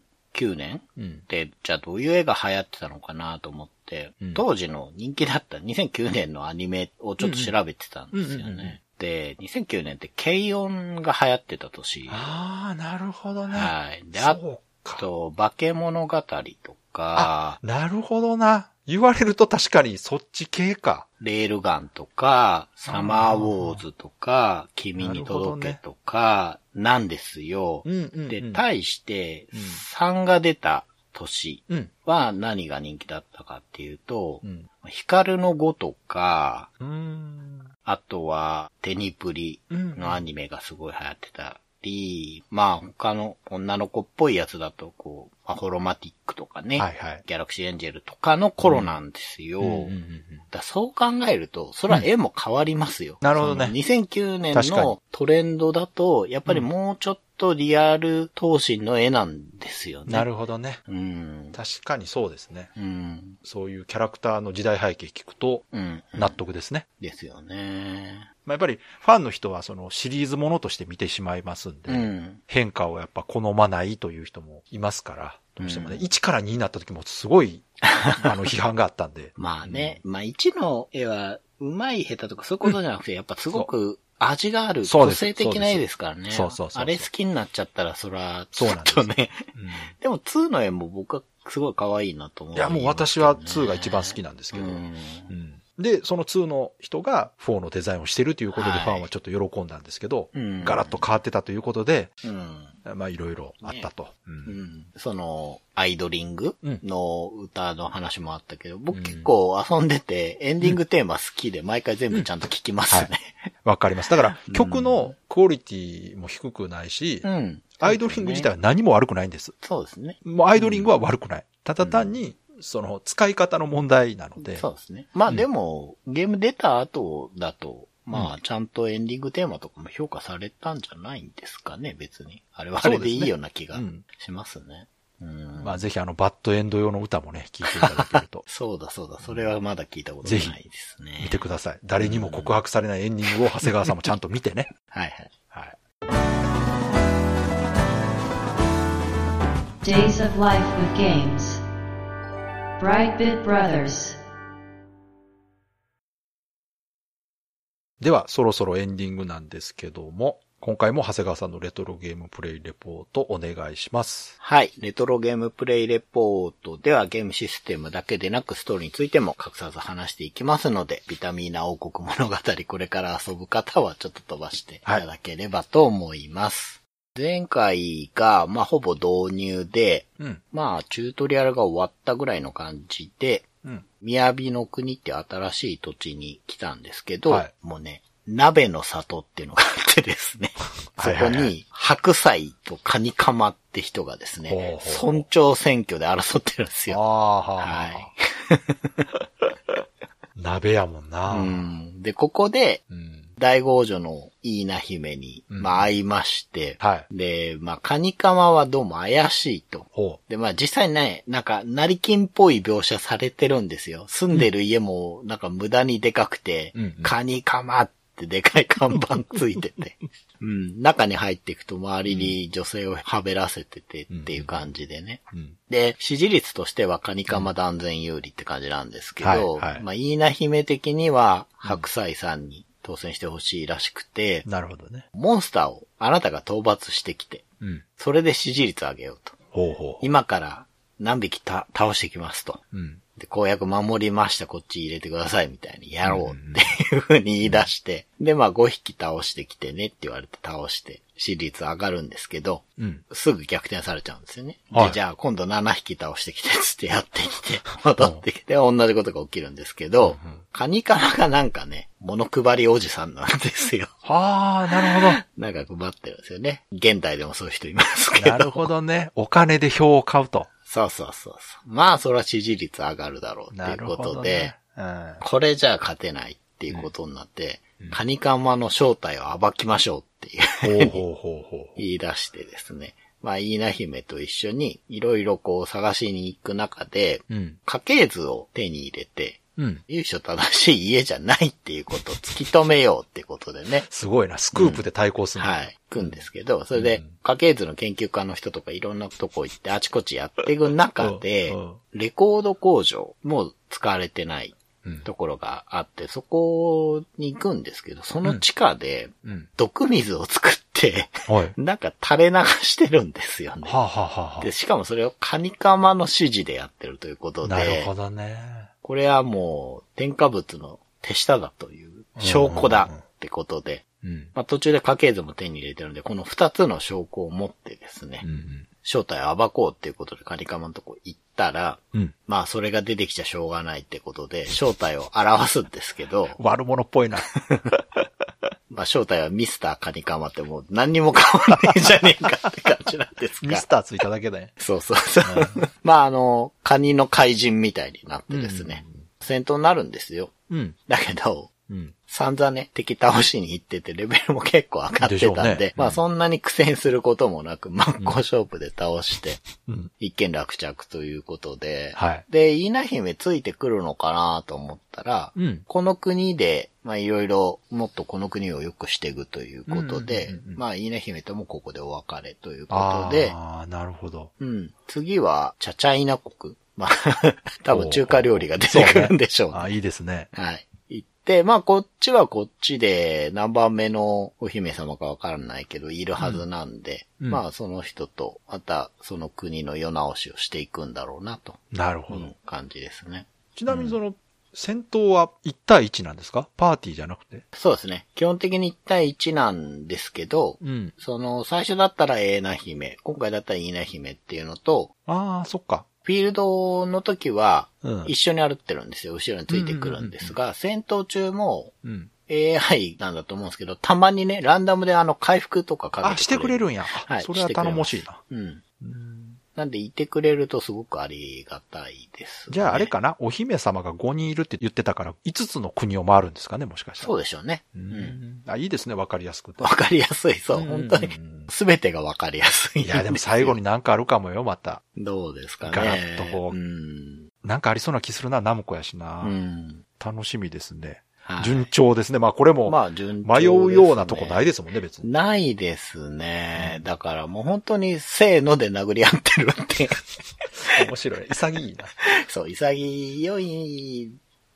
[SPEAKER 3] 年
[SPEAKER 2] うん。
[SPEAKER 3] で、じゃあどういう絵が流行ってたのかなと思って、
[SPEAKER 2] うん
[SPEAKER 3] 当時の人気だった2009年のアニメをちょっと調べてたんです
[SPEAKER 2] うん
[SPEAKER 3] よ
[SPEAKER 2] うんうんうん
[SPEAKER 3] ね。で、2009年って軽音が流行ってた年。
[SPEAKER 2] ああ、なるほどね。
[SPEAKER 3] はい。で、あ
[SPEAKER 2] そうか。
[SPEAKER 3] と、化け物語とか、
[SPEAKER 2] なるほどな。言われると確かにそっち系か。
[SPEAKER 3] レールガンとか、サマーウォーズとか、君に届けとか、なんですよ。
[SPEAKER 2] んう
[SPEAKER 3] で、対して
[SPEAKER 2] うん、
[SPEAKER 3] 3が出た年
[SPEAKER 2] うん。
[SPEAKER 3] は何が人気だったかっていうと
[SPEAKER 2] う、ん。
[SPEAKER 3] 光の語とか、
[SPEAKER 2] うん。
[SPEAKER 3] あとは、テニプリ
[SPEAKER 2] うん
[SPEAKER 3] のアニメがすごい流行ってたり、まあ他の女の子っぽいやつだと、こう、アホロマティックとかね、
[SPEAKER 2] はいはい。
[SPEAKER 3] ギャラクシーエンジェルとかの頃なんですよ。
[SPEAKER 2] うんうんうん
[SPEAKER 3] だそう考えると、それは絵も変わりますよ。
[SPEAKER 2] うんなるほどね
[SPEAKER 3] その2009年
[SPEAKER 2] 確かに
[SPEAKER 3] のトレンドだと、やっぱりもうちょっとリアル闘神の絵なんですよ
[SPEAKER 2] うん
[SPEAKER 3] ね。
[SPEAKER 2] なるほどね。
[SPEAKER 3] うん。
[SPEAKER 2] 確かにそうですね。
[SPEAKER 3] うん。
[SPEAKER 2] そういうキャラクターの時代背景聞くと
[SPEAKER 3] うん。
[SPEAKER 2] 納得ですね。
[SPEAKER 3] ですよね。
[SPEAKER 2] まあ、やっぱりファンの人はそのシリーズものとして見てしまいますんで、
[SPEAKER 3] うん。
[SPEAKER 2] 変化をやっぱ好まないという人もいますから、どうしてもね、
[SPEAKER 3] うん
[SPEAKER 2] 1から2になった時もすご い、あの、批判があったんで。
[SPEAKER 3] まあね、まあ1の絵は、うまい下手とかそういうことじゃなくて、やっぱすごく味がある、
[SPEAKER 2] そう
[SPEAKER 3] 個
[SPEAKER 2] です
[SPEAKER 3] 性的な絵ですからね。
[SPEAKER 2] そうですそうそうそう
[SPEAKER 3] あれ好きになっちゃったら、そら、ち
[SPEAKER 2] そう
[SPEAKER 3] ょ
[SPEAKER 2] なん
[SPEAKER 3] っ
[SPEAKER 2] です
[SPEAKER 3] とね。
[SPEAKER 2] うん
[SPEAKER 3] でも2の絵も僕はすごい可愛いなと思う、
[SPEAKER 2] いや、もう私は2が一番好きなんですけど、
[SPEAKER 3] うん
[SPEAKER 2] うんで、その2の人が4のデザインをしてるということで
[SPEAKER 3] はい
[SPEAKER 2] ファンはちょっと喜んだんですけど、
[SPEAKER 3] うん
[SPEAKER 2] ガラッと変わってたということで、
[SPEAKER 3] うん。
[SPEAKER 2] まあいろいろあったと。うん
[SPEAKER 3] うんその、アイドリング
[SPEAKER 2] うん
[SPEAKER 3] の歌の話もあったけど、
[SPEAKER 2] う
[SPEAKER 3] 僕
[SPEAKER 2] ん
[SPEAKER 3] 結構遊んでて、エンディングテーマ好きで、毎回全部ちゃんと聞きますね。
[SPEAKER 2] わかります。だから
[SPEAKER 3] うん
[SPEAKER 2] 曲のクオリティも低くないし、
[SPEAKER 3] うん。
[SPEAKER 2] アイドリング自体は何も悪くないんです。
[SPEAKER 3] そうですね。
[SPEAKER 2] もうアイドリングは悪くない。ただ単に、その使い方の問題なので、
[SPEAKER 3] そうですね。まあ
[SPEAKER 2] うん
[SPEAKER 3] でも、ゲーム出た後だと、
[SPEAKER 2] う
[SPEAKER 3] まあ、ちゃんとエンディングテーマとかも評価されたんじゃないんですかね、別に。あれはあれでいいような気が
[SPEAKER 2] うん
[SPEAKER 3] しますね。うん。
[SPEAKER 2] まあぜひあのバッドエンド用の歌もね、聴いていただける と
[SPEAKER 3] そうだそうだ、それはまだ聞いたこと
[SPEAKER 2] ぜひ
[SPEAKER 3] ないですね。
[SPEAKER 2] 見てください。誰にも告白されないエンディングを長谷川さんもちゃんと見てね。
[SPEAKER 3] はいはい。
[SPEAKER 2] はい。
[SPEAKER 1] Days of Life with Games. Brightbit Brothers.
[SPEAKER 2] では、そろそろエンディングなんですけども、今回も長谷川さんのレトロゲームプレイレポートお願いします。
[SPEAKER 3] はい。レトロゲームプレイレポートではゲームシステムだけでなくストーリーについても隠さず話していきますので、ビタミーナ王国物語これから遊ぶ方はちょっと飛ばしていただければと思います。前回が、まあ、ほぼ導入で、
[SPEAKER 2] うん。
[SPEAKER 3] まあ、チュートリアルが終わったぐらいの感じで、
[SPEAKER 2] うん。
[SPEAKER 3] 雅の国って新しい土地に来たんですけど、
[SPEAKER 2] はい
[SPEAKER 3] もうね、鍋の里っていうのがあってですね。そ
[SPEAKER 2] はい
[SPEAKER 3] こ
[SPEAKER 2] はいはい
[SPEAKER 3] に、白菜とカニカマって人がです
[SPEAKER 2] ほうほ
[SPEAKER 3] ね
[SPEAKER 2] う、ほう
[SPEAKER 3] 村長選挙で争ってるんです
[SPEAKER 2] あ
[SPEAKER 3] よ。
[SPEAKER 2] あ、はあ、
[SPEAKER 3] は
[SPEAKER 2] はあ。鍋やもんな。
[SPEAKER 3] い。うん。で、ここで、
[SPEAKER 2] うん。
[SPEAKER 3] 大豪女のいいな姫に、
[SPEAKER 2] うん
[SPEAKER 3] まあ会いまして、
[SPEAKER 2] はい。
[SPEAKER 3] で、まあカニカマはどうも怪しいと。
[SPEAKER 2] ほ
[SPEAKER 3] で、まあ実際ね、なんか、成金っぽい描写されてるんですよ。住んでる家も、なんか無駄にでかくて、
[SPEAKER 2] うんうん
[SPEAKER 3] カニカマってでかい看板ついて て。うん、中に入っていくと周りに女性をはべらせててっていう感じでね。
[SPEAKER 2] う。うん。
[SPEAKER 3] で、支持率としてはカニカマ断然有利って感じなんですけど、
[SPEAKER 2] うんはいはい
[SPEAKER 3] まあ、イーナ姫的には白菜さんに当選してほしいらしくて、
[SPEAKER 2] なるほどね。
[SPEAKER 3] モンスターをあなたが討伐してきて、
[SPEAKER 2] うん。
[SPEAKER 3] それで支持率上げようと。
[SPEAKER 2] ほうほう。
[SPEAKER 3] 今から何匹た倒してきますと。
[SPEAKER 2] うん。
[SPEAKER 3] で、公約守りました、こっち入れてください、みたいにやろうっていう風に言い出して、で、まあ5匹倒してきてねって言われて倒して、支持率上がるんですけど、
[SPEAKER 2] うん。
[SPEAKER 3] すぐ逆転されちゃうんですよね。
[SPEAKER 2] はい
[SPEAKER 3] で、じゃあ今度7匹倒してきて、つってやってきて、 戻ってきて、同じことが起きるんですけど、カニカマがなんかね、物配りおじさんなんですよ。
[SPEAKER 2] はあ、なるほ ど。
[SPEAKER 3] なんか配ってるんですよね。現代でもそういう人いますけど。
[SPEAKER 2] なるほどね。お金で票を買うと。
[SPEAKER 3] そうそうそうそう。まあ、それは支持率上がるだろうってい
[SPEAKER 2] な
[SPEAKER 3] う
[SPEAKER 2] る
[SPEAKER 3] こ
[SPEAKER 2] ほ
[SPEAKER 3] と
[SPEAKER 2] ど
[SPEAKER 3] で、
[SPEAKER 2] ね。うん。
[SPEAKER 3] これじゃ勝てないっていうことになって、カニカマの正体を暴きましょうってい
[SPEAKER 2] ほうほう
[SPEAKER 3] う
[SPEAKER 2] ほうほう。
[SPEAKER 3] 言い出してですね。まあ、イーナ姫と一緒にいろいろこう探しに行く中で、
[SPEAKER 2] うん。
[SPEAKER 3] 家系図を手に入れて、
[SPEAKER 2] うん。。
[SPEAKER 3] 由緒正しい家じゃないっていうことを突き止めようってことでね
[SPEAKER 2] すごいな。スクープで対抗するの。
[SPEAKER 3] はい。行くんですけど、それで、家系図の研究家の人とかいろんなとこ行って、あちこちやっていく中で
[SPEAKER 2] うんうん、
[SPEAKER 3] レコード工場も使われてない
[SPEAKER 2] うん
[SPEAKER 3] ところがあって、そこに行くんですけど、その地下で、
[SPEAKER 2] うん。
[SPEAKER 3] 毒水を作って、
[SPEAKER 2] はい。は
[SPEAKER 3] なんか垂れ流してるんですよね。
[SPEAKER 2] あ、はあはあは
[SPEAKER 3] で、しかもそれをカニカマの指示でやってるということ
[SPEAKER 2] あ、
[SPEAKER 3] で、
[SPEAKER 2] なるほどね。
[SPEAKER 3] これはもう添加物の手下だという証拠だってことで、
[SPEAKER 2] うん。
[SPEAKER 3] まあ途中で家系図も手に入れてるんで、この二つの証拠を持ってですね
[SPEAKER 2] う、ん。
[SPEAKER 3] 正体を暴こうっていうことでカニカマのとこ行ったら、
[SPEAKER 2] うん。
[SPEAKER 3] まあそれが出てきちゃしょうがないってことで、正体を表すんですけど、
[SPEAKER 2] 悪者っぽいな。
[SPEAKER 3] まあ正体はミスターカニカマってもう何にも変わらないじゃねえかって感じなんですが。
[SPEAKER 2] ミスターついただけだよ。
[SPEAKER 3] そうそうそう。まああの、カニの怪人みたいになってですね、戦闘になるんですよ。
[SPEAKER 2] うん。
[SPEAKER 3] だけど、
[SPEAKER 2] うん。
[SPEAKER 3] 散々ね、敵倒しに行ってて、レベルも結構上がってたん
[SPEAKER 2] でしょ
[SPEAKER 3] で、
[SPEAKER 2] うね
[SPEAKER 3] まあそんなに苦戦することもなく、真っ向勝負で倒して、
[SPEAKER 2] うん。
[SPEAKER 3] 一件落着ということで、
[SPEAKER 2] はい。
[SPEAKER 3] で、イーナ姫ついてくるのかなと思ったら、
[SPEAKER 2] うん。
[SPEAKER 3] この国で、まあいろいろ、もっとこの国を良くしていくということで、
[SPEAKER 2] うんうんうんうん
[SPEAKER 3] まあイーナ姫ともここでお別れというこ
[SPEAKER 2] あ
[SPEAKER 3] とで、
[SPEAKER 2] あ、なるほど。
[SPEAKER 3] うん。次は、チャチャイナ国。まあ、 多分中華料理が出てくるんでしょうね。
[SPEAKER 2] あいいですね。
[SPEAKER 3] はい。行って、まあこっちはこっちで何番目のお姫様かわからないけど、いるはずなんで、
[SPEAKER 2] うんうん
[SPEAKER 3] まあその人と、またその国の世直しをしていくんだろうな、と
[SPEAKER 2] なるほ
[SPEAKER 3] い
[SPEAKER 2] ど
[SPEAKER 3] う。感じですね。
[SPEAKER 2] ちなみにその、戦闘は1対1なんですかパーティーじゃなくて。
[SPEAKER 3] そうですね。基本的に1対1なんですけど、
[SPEAKER 2] うん。
[SPEAKER 3] その最初だったらエーナ姫、今回だったらイーナ姫っていうのと、
[SPEAKER 2] ああ、そっか。
[SPEAKER 3] フィールドの時は
[SPEAKER 2] うん
[SPEAKER 3] 一緒に歩ってるんですよ。後ろについてくるんですが、戦闘中も
[SPEAKER 2] うん。
[SPEAKER 3] AI なんだと思うんですけど、たまにね、ランダムであの回復とかかけてくれる。
[SPEAKER 2] あ、してくれるんや。
[SPEAKER 3] は
[SPEAKER 2] はいい。それは頼もしいな。
[SPEAKER 3] うん。
[SPEAKER 2] うん
[SPEAKER 3] なんでいてくれるとすごくありがたいです、
[SPEAKER 2] じゃああれ。かなお姫様が5人いるって言ってたから、5つの国を回るんですかねもしかしたら。
[SPEAKER 3] そうでしょうね。う。
[SPEAKER 2] うんん。あ、いいですね。わかりやすくて
[SPEAKER 3] わ。かりやすい。そう、
[SPEAKER 2] うん
[SPEAKER 3] 本当に。すべてがわかりやすい。
[SPEAKER 2] いや、でも最後
[SPEAKER 3] に。
[SPEAKER 2] になんかあるかもよ、また。
[SPEAKER 3] どうですかね。
[SPEAKER 2] ガラッとこう
[SPEAKER 3] うん。
[SPEAKER 2] なんかありそうな気するな、ナムコやしな
[SPEAKER 3] う。ん。
[SPEAKER 2] 楽しみですね。
[SPEAKER 3] はい
[SPEAKER 2] 順調ですね。まあこれも、
[SPEAKER 3] まあ、順調
[SPEAKER 2] 迷うようなとこない
[SPEAKER 3] で
[SPEAKER 2] ですもんね、別
[SPEAKER 3] す
[SPEAKER 2] に。
[SPEAKER 3] ね。ないですね。だからもう本当にせーので殴り合ってるっていう。
[SPEAKER 2] 面白い。潔いな。
[SPEAKER 3] そう、潔い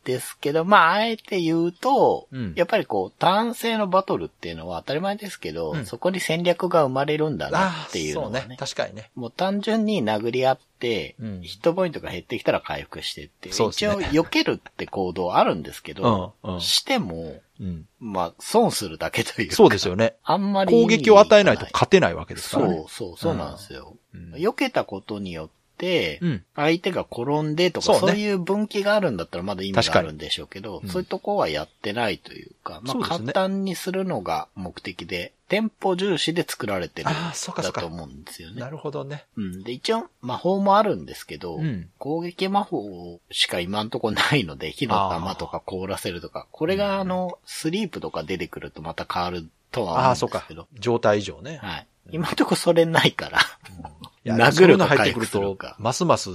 [SPEAKER 3] ですけど、まあ、あえて言うと、
[SPEAKER 2] うん
[SPEAKER 3] やっぱりこう、男性のバトルっていうのは当たり前ですけど、
[SPEAKER 2] うん
[SPEAKER 3] そこに戦略が生まれるんだな
[SPEAKER 2] あ
[SPEAKER 3] っ
[SPEAKER 2] あ、
[SPEAKER 3] ていう
[SPEAKER 2] そ
[SPEAKER 3] のは
[SPEAKER 2] う
[SPEAKER 3] ね。
[SPEAKER 2] ね。確かにね。
[SPEAKER 3] もう単純に殴り合って、
[SPEAKER 2] うん
[SPEAKER 3] ヒットポイントが減ってきたら回復してっていう。
[SPEAKER 2] そうですね
[SPEAKER 3] 一応、避けるって行動あるんですけど、
[SPEAKER 2] うんうん
[SPEAKER 3] しても、
[SPEAKER 2] うん。
[SPEAKER 3] まあ、損するだけというか
[SPEAKER 2] そうですよね。
[SPEAKER 3] あんまり。
[SPEAKER 2] 攻撃を与えないと勝てないわけですからね。
[SPEAKER 3] そうそう、そうなんですよ。
[SPEAKER 2] うん
[SPEAKER 3] 避けたことによって、
[SPEAKER 2] うん。
[SPEAKER 3] 相手が転んでとか、
[SPEAKER 2] そ
[SPEAKER 3] そうう,、
[SPEAKER 2] ね
[SPEAKER 3] いう分岐があるんだったらまだ意味
[SPEAKER 2] 確
[SPEAKER 3] が
[SPEAKER 2] か
[SPEAKER 3] あ
[SPEAKER 2] に
[SPEAKER 3] るんでしょうけど、
[SPEAKER 2] うん
[SPEAKER 3] そういうとこはやってないというか、ま
[SPEAKER 2] そうで
[SPEAKER 3] あ
[SPEAKER 2] すね
[SPEAKER 3] 簡単にするのが目的で、店舗重視で作られてるん
[SPEAKER 2] あーそうかそ
[SPEAKER 3] だ
[SPEAKER 2] うか
[SPEAKER 3] と思うんですよね
[SPEAKER 2] な。るほどね。
[SPEAKER 3] うん、で、一応魔法もあるんですけど、
[SPEAKER 2] うん
[SPEAKER 3] 攻撃魔法しか今んとこないので、火の玉とか凍らせるとか、これがあの、スリープとか出てくるとまた変わるとは
[SPEAKER 2] あ
[SPEAKER 3] 思
[SPEAKER 2] あ、そう
[SPEAKER 3] うんで
[SPEAKER 2] か
[SPEAKER 3] すけど。。
[SPEAKER 2] 状態以上ね。
[SPEAKER 3] はい。今んとこそれないから。
[SPEAKER 2] いや
[SPEAKER 3] 殴るか
[SPEAKER 2] そういうの入ってくる
[SPEAKER 3] 回復する
[SPEAKER 2] と
[SPEAKER 3] か、
[SPEAKER 2] ますます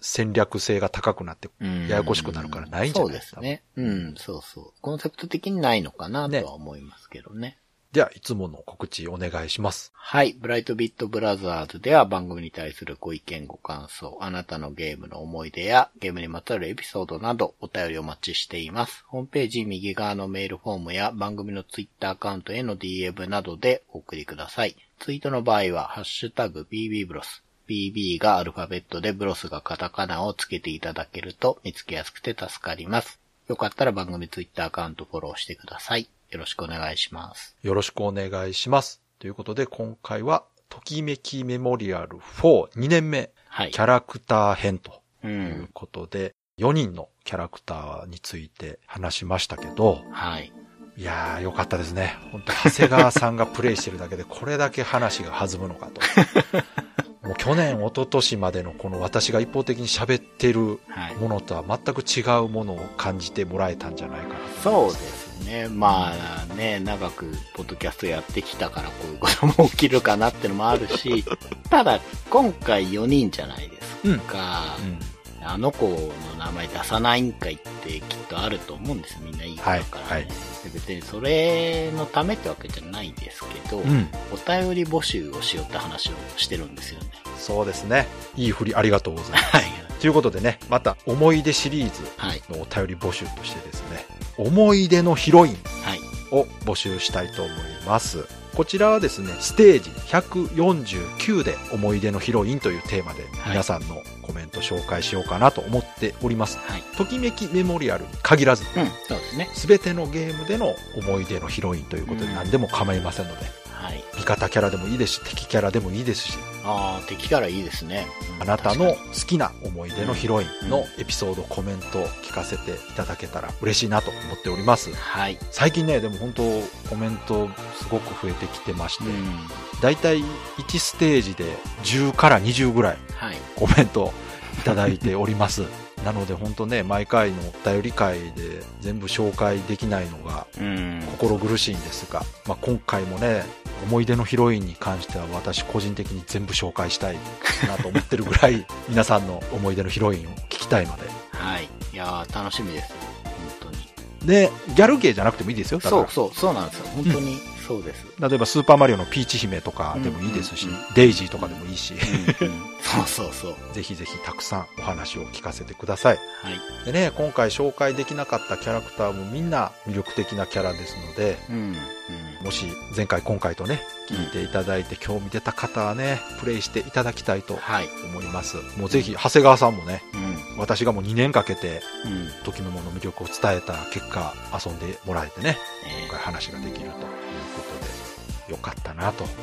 [SPEAKER 2] 戦略性が高くなって、
[SPEAKER 3] うん
[SPEAKER 2] ややこしくなるからないんじゃない
[SPEAKER 3] そうですね。うん、そうそう。コンセプト的にないのかなとは思いますけどね。
[SPEAKER 2] では、いつもの告知お願いします。
[SPEAKER 3] はい。ブライトビットブラザーズでは番組に対するご意見、ご感想、あなたのゲームの思い出やゲームにまつわるエピソードなどお便りお待ちしています。ホームページ右側のメールフォームや番組のツイッターアカウントへの DM などでお送りください。ツイートの場合は、ハッシュタグ BB ブロス。BB がアルファベットでブロスがカタカナをつけていただけると見つけやすくて助かります。よかったら番組ツイッターアカウントフォローしてください。よろしくお願いします。
[SPEAKER 2] よろしくお願いします。ということで、今回は、ときめきメモリアル4、2年目、
[SPEAKER 3] はい
[SPEAKER 2] キ。ャラクター編と
[SPEAKER 3] う
[SPEAKER 2] い
[SPEAKER 3] ん
[SPEAKER 2] う。ことで、4人のキャラクターについて話しましたけど、
[SPEAKER 3] はい。
[SPEAKER 2] いやー、よかったですね。本当長谷川さんがプレイしてるだけで、これだけ話が弾むの かと。もう去年、一昨年までのこの私が一方的に喋ってる
[SPEAKER 3] はい。
[SPEAKER 2] ものとは全く違うものを感じてもらえたんじゃないかなと
[SPEAKER 3] そうですね。まあね、長くポッドキャストやってきたからこういうことも起きるかなってのもある し、ただ今回4人じゃないですか。
[SPEAKER 2] うん。
[SPEAKER 3] あの子の名前出さないんかいってきっとあると思うんです。みんないい子だからね。
[SPEAKER 2] はいはい
[SPEAKER 3] で別にそれのためってわけじゃないですけど、
[SPEAKER 2] うん。
[SPEAKER 3] お便り募集をしようって話をしてるんですよね。
[SPEAKER 2] そうですね。いい振りありがとうございます。
[SPEAKER 3] はい。
[SPEAKER 2] ということでね、また思い出シリーズ
[SPEAKER 3] はい。
[SPEAKER 2] のお便り募集としてですね、思い出のヒロイン
[SPEAKER 3] はい。
[SPEAKER 2] を募集したいと思います。こちらはですね、ステージ149で思い出のヒロインというテーマで
[SPEAKER 3] はい
[SPEAKER 2] 皆さんのコメント紹介しようかなと思っております。
[SPEAKER 3] はい
[SPEAKER 2] ときめきメモリアルに限らず、
[SPEAKER 3] うん、そうですね。
[SPEAKER 2] すべてのゲームでの思い出のヒロインということで
[SPEAKER 3] うん
[SPEAKER 2] 何でも構いませんので、
[SPEAKER 3] はい。
[SPEAKER 2] 味方キャラでもいいですし、敵キャラでもいいですし、
[SPEAKER 3] ああ、敵からいいですね。うん
[SPEAKER 2] あなた
[SPEAKER 3] 確
[SPEAKER 2] の
[SPEAKER 3] かに
[SPEAKER 2] 好きな思い出のヒロインのエピソード、コメントを聞かせていただけたら嬉しいなと思っております。
[SPEAKER 3] はい。
[SPEAKER 2] 最近ね、でも本当コメントすごく増えてきてまして、
[SPEAKER 3] うん。
[SPEAKER 2] だいたい1ステージで10から20ぐらい
[SPEAKER 3] はい。
[SPEAKER 2] コメントいただいており ます。なので本当ね、毎回のお便り会で全部紹介できないのが
[SPEAKER 3] うん。
[SPEAKER 2] 心苦しいんですが、まあ、今回もね思い出のヒロインに関しては私個人的に全部紹介したいなと思ってるぐら い皆さんの思い出のヒロインを聞きたいので
[SPEAKER 3] はい。いやー、楽しみです。本当に。
[SPEAKER 2] でギャルゲーじゃなくてもいいですよだか
[SPEAKER 3] そ
[SPEAKER 2] ら
[SPEAKER 3] うそう、そうなんですよ。本当に、そうです。
[SPEAKER 2] 例えば「スーパーマリオ」のピーチ姫とかでもいいですし、
[SPEAKER 3] うんうんうん
[SPEAKER 2] デイジーとかでもいいし
[SPEAKER 3] うんうんそうそうそう。
[SPEAKER 2] ぜひぜひたくさんお話を聞かせてください
[SPEAKER 3] はい。
[SPEAKER 2] でね今回紹介できなかったキャラクターもみんな魅力的なキャラですので
[SPEAKER 3] うん。うん。
[SPEAKER 2] もし前回今回とね聞いていただいて興味出た方はねプレイしていただきたいと
[SPEAKER 3] はい。
[SPEAKER 2] 思います。もうぜひ、長谷川さんもね、
[SPEAKER 3] うん。
[SPEAKER 2] 私がもう2年かけて、
[SPEAKER 3] うん。
[SPEAKER 2] ときめもの魅力を伝えた結果、遊んでもらえてね、
[SPEAKER 3] え
[SPEAKER 2] 今回話ができるということで、よかったなと。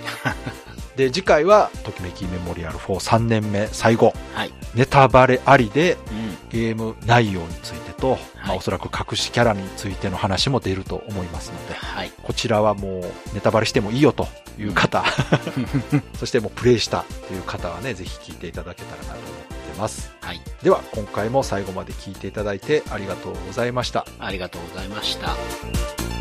[SPEAKER 2] で、次回は、ときめきメモリアル43年目最後、
[SPEAKER 3] ー、はい。
[SPEAKER 2] ネタバレありで
[SPEAKER 3] うん。
[SPEAKER 2] ゲーム内容についてと、まあ
[SPEAKER 3] はい
[SPEAKER 2] おそらく隠しキャラについての話も出ると思いますので、
[SPEAKER 3] はい。
[SPEAKER 2] こちらはもうネタバレしてもいいよという方、 そしてもうプレイしたという方はね、ぜひ聞いていただけたらなと思ってます。
[SPEAKER 3] はい。
[SPEAKER 2] では今回も最後まで聞いていただいてありがとうございました。
[SPEAKER 3] ありがとうございました。